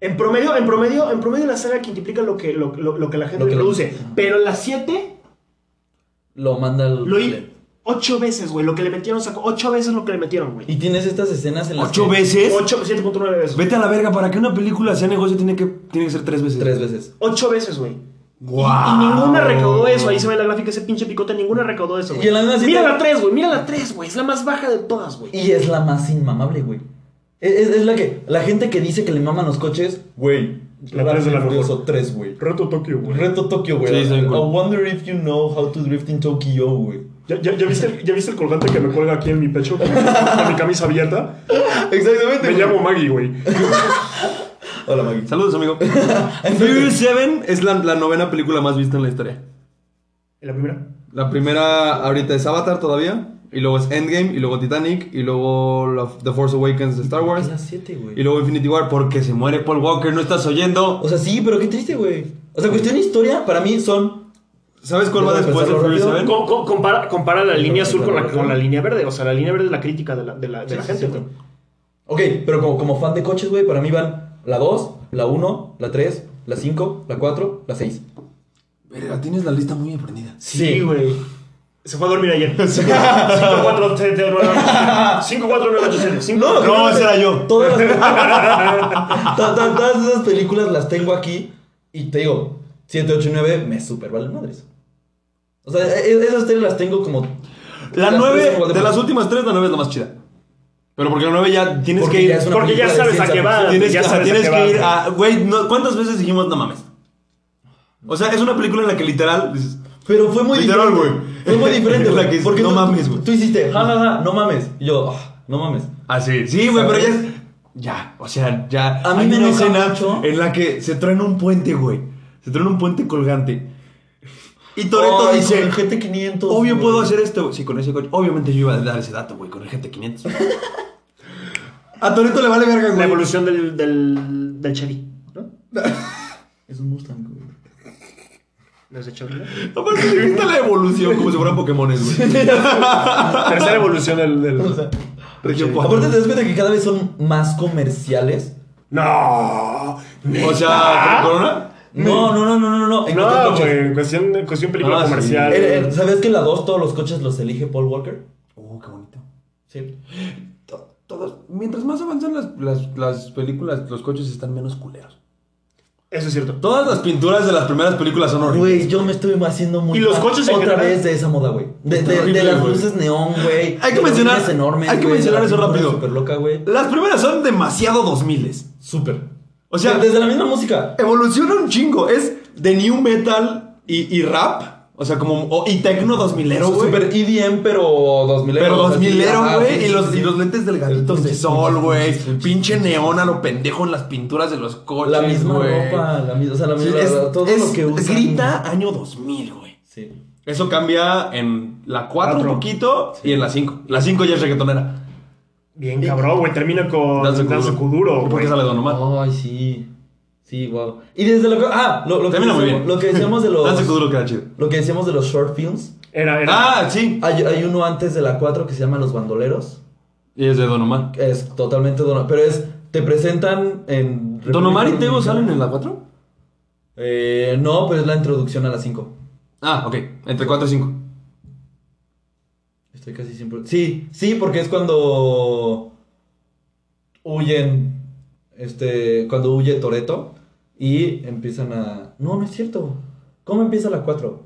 En promedio, en promedio, en promedio la saga quintiplica lo que, lo, lo- lo que la gente Lo que- produce. Pero las 7 Lo manda al... lo hizo 8 veces, güey. Lo que le metieron sacó 8 veces lo que le metieron, güey. Y tienes estas escenas en las ¿Ocho que- veces? 8, 7.9 veces. Vete a la verga, para que una película sea negocio tiene que, tiene que ser tres veces. Tres veces. 8 veces, güey. ¡Guau! Y ninguna recaudó eso. Ahí se ve en la gráfica ese pinche picote. Ninguna recaudó eso. güey. Y en la misma cita- Mira la 3, güey. Mira la 3, güey. Es la más baja de todas, güey. Y es la más inmamable, güey. Es, es- es la que... La gente que dice que le maman los coches, güey. La tres de la Furioso mejor. tres, güey. Reto Tokio, Reto Tokio, güey. Sí, está bien I cool. wonder if you know how to drift in Tokyo, güey. ¿Ya, ya, ya viste, el- ¿Ya viste el colgante que me cuelga aquí en mi pecho? Con mi camisa abierta. Exactamente. güey. Maggie, güey. Hola, Maggie. Saludos, amigo. Furious 7 es la, la novena película más vista en la historia. ¿En la primera? La primera ahorita es Avatar todavía, y luego es Endgame, y luego Titanic, y luego la- The Force Awakens de Star Es Wars, las siete, güey. y luego Infinity War, porque se muere Paul Walker, ¿no estás oyendo? O sea, sí, pero qué triste, güey. O sea, cuestión de historia, para mí son. ¿Sabes cuál va Déjame después de pensarlo Furious rápido. 7? Co- co- compara, compara la Sí, línea sí, azul con la, claro. con la línea verde. O sea, la línea verde es la crítica de la, de la, de la Sí, sí, gente, sí. güey. Ok, pero como, como fan de coches, güey, para mí van la 2, la 1, la 3, la 5, la 4, la 6. Verga, tienes la lista muy aprendida. Sí, [LAUGHS] güey. Se fue a dormir ayer. 5-4-9-8-7. No, No, ese era yo. Todas las, to- to- todas esas películas las tengo aquí y te digo, 7, 8 y 9 me super valen madres. O sea, e- e- esas tres las tengo como. La las tres o 9, de cuatro las películas. últimas 3, la 9 es la más chida. Pero porque la 9 ya tienes Porque que ir... ya es una Porque ya película de sabes a ciencia qué va. ficción. Tienes, Ya o sea, sabes a tienes qué que vas. ir a. Güey, no, ¿cuántas veces dijimos no mames? O sea, es una película en la que literal dices. Pero fue muy Literal, diferente. güey. Fue muy diferente, [LAUGHS] La güey. que es, porque no tú- mames, tú- güey. Tú hiciste, ja, ja, ja, no mames. Y yo, "Ah, no mames. Así. Sí, güey, pero ya ¿Sabes? es. Ya, o sea, ya. A mí hay me una enoja escena mucho. en la que se traen un puente, güey. Se traen un puente colgante. Y Toreto Ay, dice. con el GT500. Obvio güey. puedo hacer esto. Sí, con ese coche. Obviamente yo iba a dar ese dato, güey, con el GT500. a Toreto le vale verga, La güey. evolución del, del, del Chevy. ¿No? Es un Mustang, güey. ¿No es de Chevy? ¿no? Aparte, le grita la evolución como si fueran Pokémones, güey. Ah. Tercera evolución del. del- Región cuatro. Aparte, te das cuenta que cada vez son más comerciales. No. O sea, ¿con Corona? No, no, no, no, no, no. En cuanto a No, coches. güey. Cuestión, cuestión película Ah, sí. comercial. Eh, eh, ¿Sabías que en la 2 todos los coches los elige Paul Walker? Uh, qué bonito. Sí. To- Todos, mientras más avanzan las, las- las películas, los coches están menos culeros. Eso es cierto. Todas las pinturas de las primeras películas son horribles. Güey, yo me estoy haciendo muy. ¿Y los fan coches en Otra general? vez de esa moda, güey. De, Está de- de horrible, las güey. luces neón, güey. Hay que de las mencionar- líneas enormes, hay que güey, de la mencionar eso pintura rápido. Súper loca, güey. Las primeras son demasiado 2000 Súper. O sea, desde la misma música. evoluciona un chingo. Es de new metal y, y rap. O sea, como. o- y tecno 2000ero, güey. Super EDM, pero 2000 Pero o sea, sí, 2000ero, ajá, güey. sí, y, sí, los, sí. y los lentes delgaditos de Pinches, sol, pinches, güey. pinches, pinches, Pinche neón a lo pendejo en las pinturas de los coches. La misma güey. ropa, la misma. O sea, la Sí, misma. es- todo es- lo que usan. Grita año 2000, güey. Sí. Eso cambia en la 4 un Cuatro. poquito y en la 5. La 5 ya es reggaetonera. Bien cabrón, güey. Termina con. Danza Kuduro. Danza Kuduro. ¿Por güey. qué sale Don Omar? Ay, sí. Sí, wow. Y desde lo que. Ah, lo, lo que, Termina muy decíamos- bien. lo que [LAUGHS] decíamos de Danza Kuduro los. queda chido. lo que decíamos de los short films. Era, era. Ah, sí. Hay, hay uno antes de la 4 que se llama Los Bandoleros. Y es de Don Omar. que Es totalmente Don Pero es. Te presentan en. ¿Don Omar y Tego salen en la 4? Eh, no, pero es la introducción a la 5. Ah, ok. Entre 4 y 5. Estoy casi siempre. Sí, sí, porque es cuando huyen. Este. Cuando huye Toreto. Y empiezan a. No, no es cierto. ¿Cómo empieza la 4?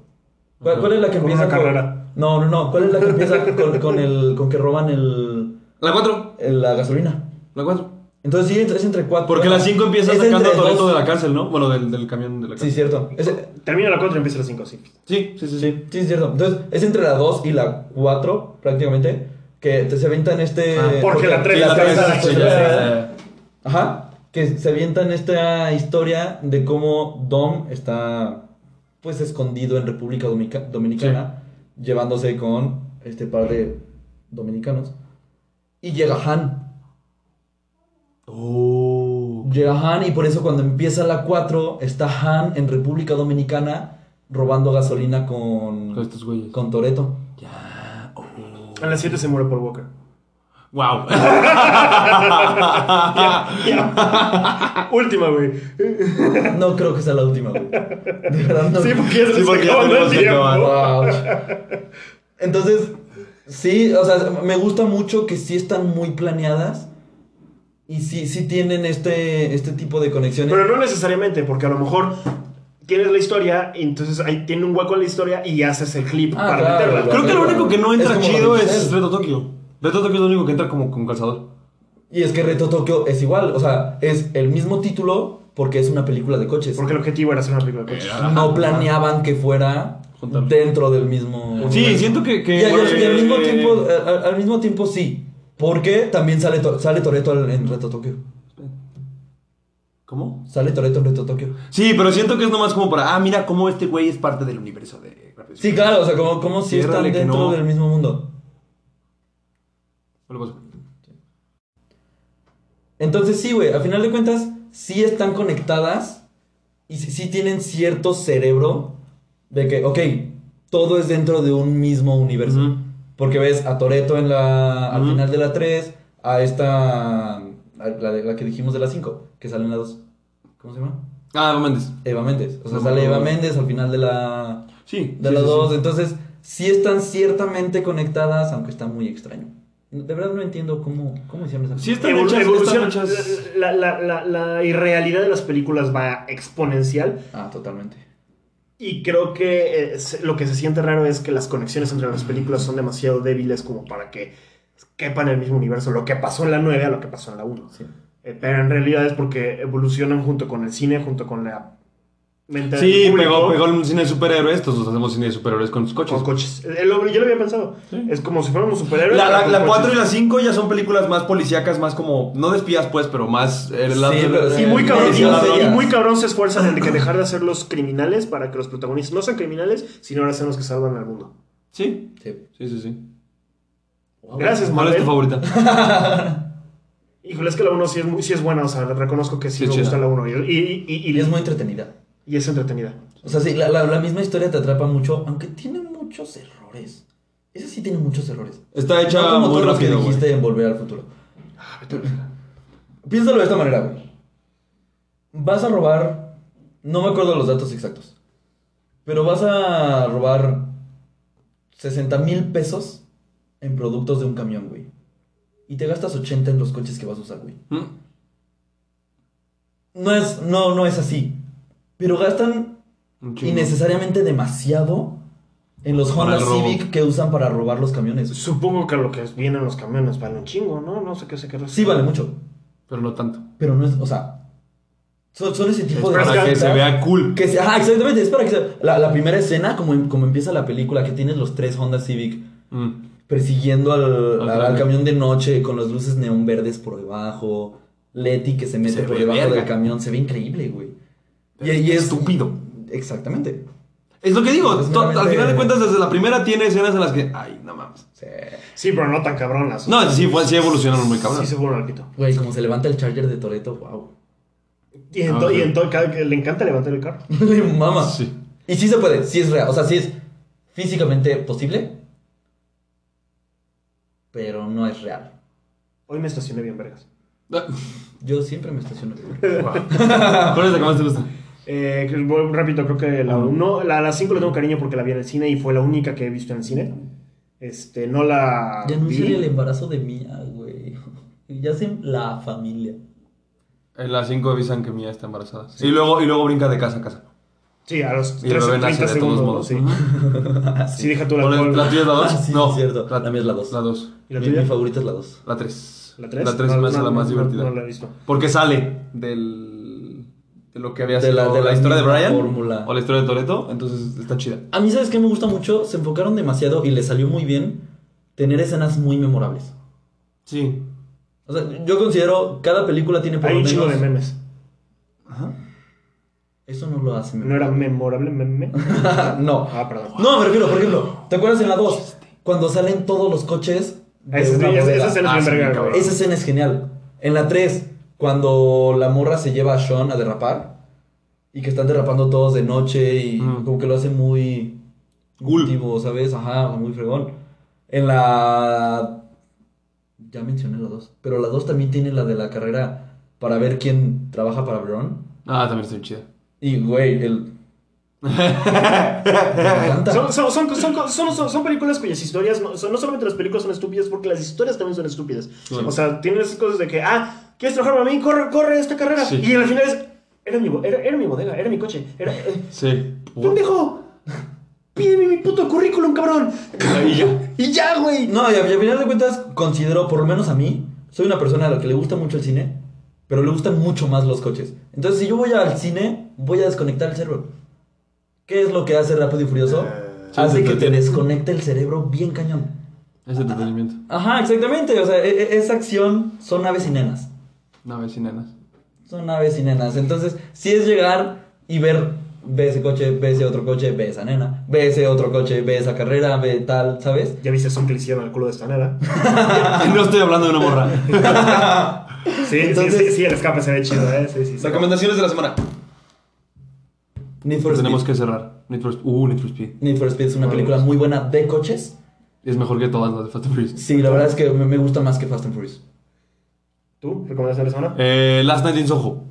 ¿Cuál, Ajá. cuál es la que Con empieza una con- carrera. No, no, no. ¿Cuál es la que empieza con, con el. con que roban el. La 4. el- la gasolina? La 4. Entonces sí, es, es entre 4. Porque la 5 empieza sacando a Toreto de la casa. cárcel, ¿no? Bueno, del, del camión de la Sí, cárcel. cierto. Es- Termina la 4 y empieza la 5, sí. Sí, sí, sí. sí. Sí, sí, es cierto. Entonces, es entre la 2 y la 4, prácticamente, que te- se avientan este... Ah, porque la tres, Sí, la la tres, tres, la sí, tres, ya, la ya, tres. ya, ya. Ajá, que se avientan esta historia de cómo Dom está, pues, escondido en República Dominica- Dominicana, llevándose con este par de dominicanos. Y llega Han. Oh. Llega Han y por eso cuando empieza la 4, está Han en República Dominicana robando gasolina Con este- con, estos güeyes. con Toreto. Ya. Oh. En la 7 se muere Paul [LAUGHS] Walker. Wow. Ya. Última, güey. No creo que sea la última, güey. De verdad, no. Sí, porque ya se Sí, nos porque ya acabó el tenemos que tiempo. acabar. Wow. [LAUGHS] Entonces, sí, o sea, me gusta mucho que sí están muy planeadas y sí, sí tienen este, este tipo de conexiones. Pero no necesariamente, porque a lo mejor tienes la historia, y entonces ahí tiene un hueco en la historia y haces el clip Ah, para claro, meterla. [LAUGHS] claro. Creo que lo único que no entra Es como chido lo de es Giselle. Reto Tokio. Reto Tokio es lo único que entra como con calzador. Y es que Reto Tokio es igual, o sea, es el mismo título porque es una película de coches. Porque el objetivo era hacer una película de coches. Era- No planeaban que fuera Juntarlo. dentro del mismo... Sí, siento que. que Y, al- y al, mismo eh, tiempo, al, al mismo tiempo sí, porque también sale, To- sale Toreto en Reto Tokio. ¿Cómo? Sale Toreto en Reto Tokio. Sí, pero siento que es nomás como para. Ah, mira cómo este güey es parte del universo de Rápidos y Sí, claro, o sea, como, como si están Ciérrale que dentro no. del mismo mundo. Furiosos. Lo paso. Entonces sí, güey, a final de cuentas sí están conectadas y sí, sí tienen cierto cerebro de que, ok, todo es dentro de un mismo universo. Ujú. Porque ves a Toreto en la, al Ujú. final de la 3, a esta, a la, de- la que dijimos de la 5, que sale en la 2. ¿Cómo se llama? Ah, no mandes. Eva Méndez. O sea, No, sale no, Eva no. Méndez al final de la, Sí. de sí, la sí, 2. sí. Entonces sí están ciertamente conectadas, aunque está muy extraño. De verdad no entiendo cómo, cómo hicieron esa Sí, están Evol- hechas. evolución, están hechas- la, la- la- la irrealidad de las películas va exponencial Ah, totalmente. y creo que eh, se- lo que se siente raro es que las conexiones entre las películas son demasiado débiles como para que quepan en el mismo universo, lo que pasó en la 9 a lo que pasó en la 1. Sí. Eh, pero en realidad es porque evolucionan junto con el cine, junto con la mente Sí, del público. pegó, pegó en un cine de superhéroes. Todos hacemos cine de superhéroes con sus coches. Con coches. Eh, lo- yo lo había pensado. Es como si fuéramos superhéroes. La, pero la, con la coches. 4 y la 5 ya son películas más policíacas, más como. No de espías, pues, pero más. eh, Sí, la- pero la- Y sí, muy, eh, cabrón, sí, y- la- y serias. muy cabrón se esfuerzan en que dejar de hacer los criminales para que los protagonistas no sean criminales, sino ahora sean los que salvan al mundo. Sí, Sí. sí, sí. sí. Gracias, ¿Cuál es Marvel. tu favorita? Híjole, es que la 1 sí es, muy, sí es buena, o sea, reconozco que sí, Sí, me chida. gusta la 1 y, y, y- Y y- es muy entretenida. y es entretenida. O sea, sí, la, la- la misma historia te atrapa mucho, aunque tiene muchos errores. Esa sí tiene muchos errores. Está hecha No como muy todo lo que rápido. güey. Ah, dijiste en Volver al Futuro. Piénsalo de esta manera, güey. Vas a robar. No me acuerdo los datos exactos. Pero vas a robar 60 mil pesos en productos de un camión, güey. Y te gastas 80 en los coches que vas a usar, güey. ¿Mm? No es, no, no es así. Pero gastan Un chingo. innecesariamente demasiado en los Para Honda el robo. Civic que usan para robar los camiones. Supongo que lo que vienen los camiones vale un chingo, ¿no? No sé qué sé qué. Sí vale mucho, Pero no tanto. pero no es, o sea, son, son ese tipo de Es Para que cosas se vea cool. que se- ajá, exactamente, es para que se- la, la primera escena como, em- como empieza la película que tienes los tres Honda Civic Mm. persiguiendo al, Al al- al camión. camión de noche con las luces neón verdes por debajo, Leti que se mete Se por ve debajo verga. del camión, se ve increíble, güey. Y, Es y es estúpido. Exactamente. Es lo que digo. Es to- Al meramente- final de cuentas, desde la primera tiene escenas en las que. Ay, no mames. Sí. Sí, pero no tan cabronas. No, sí, fue, sí evolucionaron muy cabrón. Sí, se fueron al pito. Güey, como se levanta el Charger de Toreto, wow. Y en Ah, to- sí. y en todo, cada- le encanta levantar el carro. [LAUGHS] Le mama. Sí. [LAUGHS] Y sí se puede, sí es real. O sea, sí es físicamente posible. Pero no es real. Hoy me estacioné bien, vergas. Ah, [LAUGHS] Yo siempre me estaciono. wow. ¿Cuál es la que más te gusta? Eh, que voy- repito, creo que la 1, la, la 5 le tengo cariño porque la vi en el cine y fue la única que he visto en el cine. Este, no la Denunciar vi. el embarazo de Mía, güey. [LAUGHS] Ya se la familia. En Eh, las 5 avisan que Mía está embarazada. Y, luego, y luego brinca de casa a casa. Sí, a los Y el 13, bebé nace 30 de todos modos. segundos. Sí. [LAUGHS] [LAUGHS] Así. Sí, deja tú la Bueno, alcohol. ¿La tuya [LAUGHS] es la 2? Ah, sí, no. es cierto. La mía es la dos. La 2. ¿Y la mi, tuya? mi favorita es la 2. La 3. ¿La tres? La 3 No, me hace no, la más no, divertida. no la he visto. Porque sale del, de lo que había De sido la- de la historia de misma Brian fórmula. o la historia de Toreto. Entonces está chida. A mí, ¿sabes qué me gusta mucho? Se enfocaron demasiado y le salió muy bien tener escenas muy memorables. Sí. O sea, yo considero cada película tiene por Hay lo un chingo de menos- memes. Ajá. Eso no lo hace. ¿No era memorable meme? memorable. [LAUGHS] no. Ah, perdón. No, me refiero, por ejemplo, ¿te acuerdas en la 2? Cuando salen todos los coches. de Esa una esa- esa bodega. escena Ah, es sí, bien verga, cabrón. güey. Esa escena es genial. En la 3, cuando la morra se lleva a Sean a derrapar y que están derrapando todos de noche y Mm. como que lo hace muy Cool. cultivo, ¿sabes? Ajá, muy fregón. En la ya mencioné la 2, pero la 2 también tiene la de la carrera para ver quién trabaja para Bron Ah, también está chida. y güey, el [LAUGHS] Me encanta. Son, son, son, son, son- son- son películas cuyas historias, no, son- no solamente las películas son estúpidas, porque las historias también son estúpidas. O sea, tienen esas cosas de que, ah, ¿quieres trabajar para mí? Corre, corre esta carrera. Sí. Y al final es, era mi, bo- era, era mi bodega, era mi coche. Era, eh, Sí. ¡Pendejo! Pídeme mi puto currículum, cabrón. Y ya. Y ya, güey. No, y a- y al final de cuentas considero, por lo menos a mí, soy una persona a la que le gusta mucho el cine, pero le gustan mucho más los coches. Entonces, si yo voy al cine, voy a desconectar el cerebro. ¿Qué es lo que hace Rápido y Furioso? Eh, sí, hace te que te entretiene. desconecte el cerebro bien cañón. Es entretenimiento. Ajá, exactamente. O sea, e- e- esa acción son aves y nenas. No, ves, y nenas. [LAUGHS] Son aves y nenas. Entonces, si es llegar y ver, ve ese coche, ve ese otro coche, ve esa nena, ve ese otro coche, ve esa carrera, ve tal, ¿sabes? Ya viste son que le hicieron al culo de esta nada. [LAUGHS] No estoy hablando de una morra. Sí, Entonces- sí, sí, sí, el escape se ve chido, eh. Sí, sí, sí. Recomendaciones de la semana. Need for Pues Tenemos pues. Speed. que cerrar. Need for Speed. Uh, Need for Speed. Need for Speed es una película muy buena de coches. Es mejor que todas las de Fast and Furious. Sí, la verdad es que me, me gusta más que Fast and Furious. ¿Tú? ¿Recomendación de la semana? Eh, Last Night in Soho.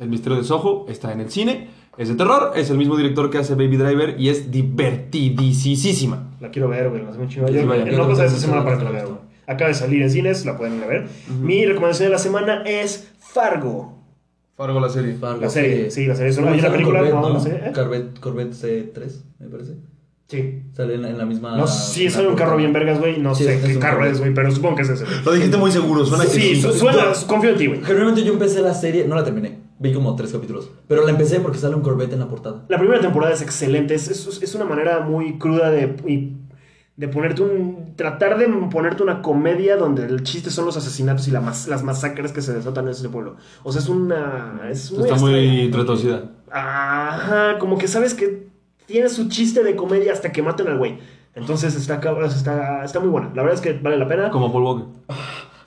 El misterio de Soho está en el cine. Es de terror. Es el mismo director que hace Baby Driver y es divertidísima. La quiero ver, güey. La tengo un chingo. Sí, Yo, vaya. en Yo una cosa de también esta semana para que tengo la que vea, ver. güey. Acaba de salir en cines, la pueden ir a ver. Mi recomendación de la semana es Fargo. Fargo la serie. La serie, sí, la serie. Es una, ¿Cómo hay se una llama? película, Corvette, no, ¿no? la serie, ¿eh? Corvette, Corvette C3, me parece. Sí. Sale en, la- en la misma. No, sí, en la es un carro portada. bien vergas, güey. No Sí, sé es- es qué un carro Corvette. es, güey, pero supongo que es ese. Lo dijiste muy seguro. Suena que Sí, sí. su- suena, confío en ti, güey. Generalmente yo empecé la serie, no la terminé, vi como tres capítulos, pero la empecé porque sale un Corvette en la portada. La primera temporada es excelente. Es, es, es una manera muy cruda de, y- de ponerte un. Tratar de ponerte una comedia donde el chiste son los asesinatos y la mas- las masacres que se desatan en ese pueblo. O sea, es una. Es muy Está muy extraña. retorcida. Ajá, como que sabes que tiene su chiste de comedia hasta que maten al güey. Entonces está, cab- está, está muy buena. La verdad es que vale la pena. Como Paul Walker.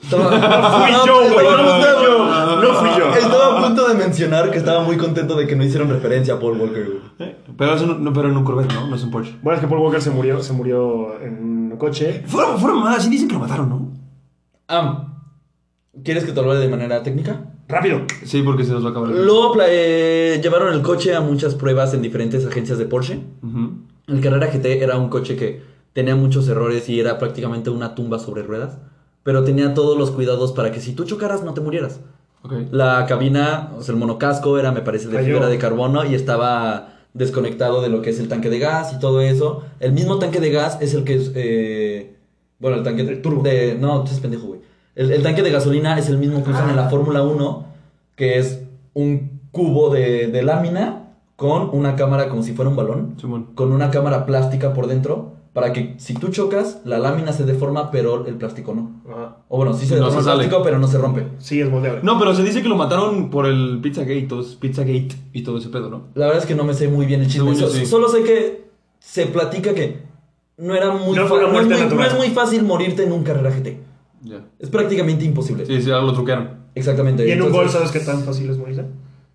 [LAUGHS] Estaba- Fui Ah, No, yo, güey. No estaba- fui yo. Ah, No fui yo. Estaba a punto de mencionar que estaba muy contento de que no hicieron referencia a Paul Walker. güey. Eh, Pero, es un- no, pero en un Corvette, ¿no? No es un Porsche. Bueno, es que Paul Walker se murió, se murió en un coche. Fueron, fueron más. Sí dicen que lo mataron, ¿no? Am, ¿quieres que te lo hable de manera técnica? Rápido. Sí, porque se nos va a acabar. el tiempo. Luego pla- eh, llevaron el coche a muchas pruebas en diferentes agencias de Porsche. Ujú. El Carrera GT era un coche que tenía muchos errores y era prácticamente una tumba sobre ruedas, pero tenía todos los cuidados para que si tú chocaras no te murieras. Ok. La cabina, o sea, el monocasco era, me parece, de Cayó. fibra de carbono y estaba desconectado de lo que es el tanque de gas y todo eso. El mismo tanque de gas es el que es, eh, bueno, el tanque de El turbo. de- no, tú eres pendejo, güey. El, el tanque de gasolina es el mismo que usan en la Fórmula 1, que es un cubo de, de lámina con una cámara como si fuera un balón Simón. con una cámara plástica por dentro para que si tú chocas, la lámina se deforma, pero el plástico no. O bueno, sí se No deforma se el sale. plástico, pero no se rompe. Sí, es moldeable. No, pero se dice que lo mataron por el Pizzagate, todos- Pizzagate y todo ese pedo, ¿no? La verdad es que no me sé muy bien el chisme. Según yo, So- sí. Solo sé que se platica que no era muy, No fue una no es muerte muy- no natural. es muy fácil morirte en un carrera GT. Ya. Es prácticamente imposible. Sí, sí, algo lo truquearon. Exactamente. ¿Y en un gol Entonces, sabes qué tan fácil es morirse?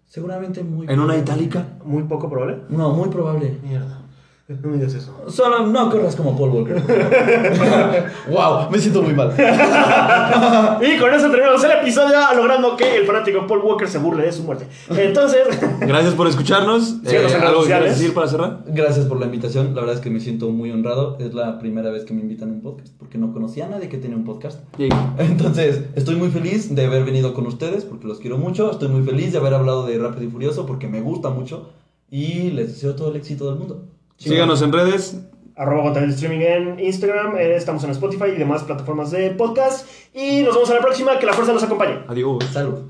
Seguramente muy... ¿En una itálica? Muy poco probable. No, muy probable. Mierda. [LAUGHS] No me digas eso. Solo no corras como Paul Walker. [LAUGHS] wow, me siento muy mal. Ah, Y con eso terminamos el episodio, logrando que el fanático Paul Walker se burle de su muerte. Entonces, [LAUGHS] Gracias por escucharnos. Eh, en las redes ¿Algo que sociales. quieras decir para cerrar? Gracias por la invitación. La verdad es que me siento muy honrado. Es la primera vez que me invitan a un podcast porque no conocía a nadie que tenía un podcast. [LAUGHS] Entonces, estoy muy feliz de haber venido con ustedes porque los quiero mucho. Estoy muy feliz de haber hablado de Rápido y Furioso porque me gusta mucho. Y les deseo todo el éxito del mundo. Síganos en redes. arroba Gotham streaming en Instagram, eh, estamos en Spotify y demás plataformas de podcast. Y nos vemos a la próxima, que la fuerza los acompañe. Adiós. Salud.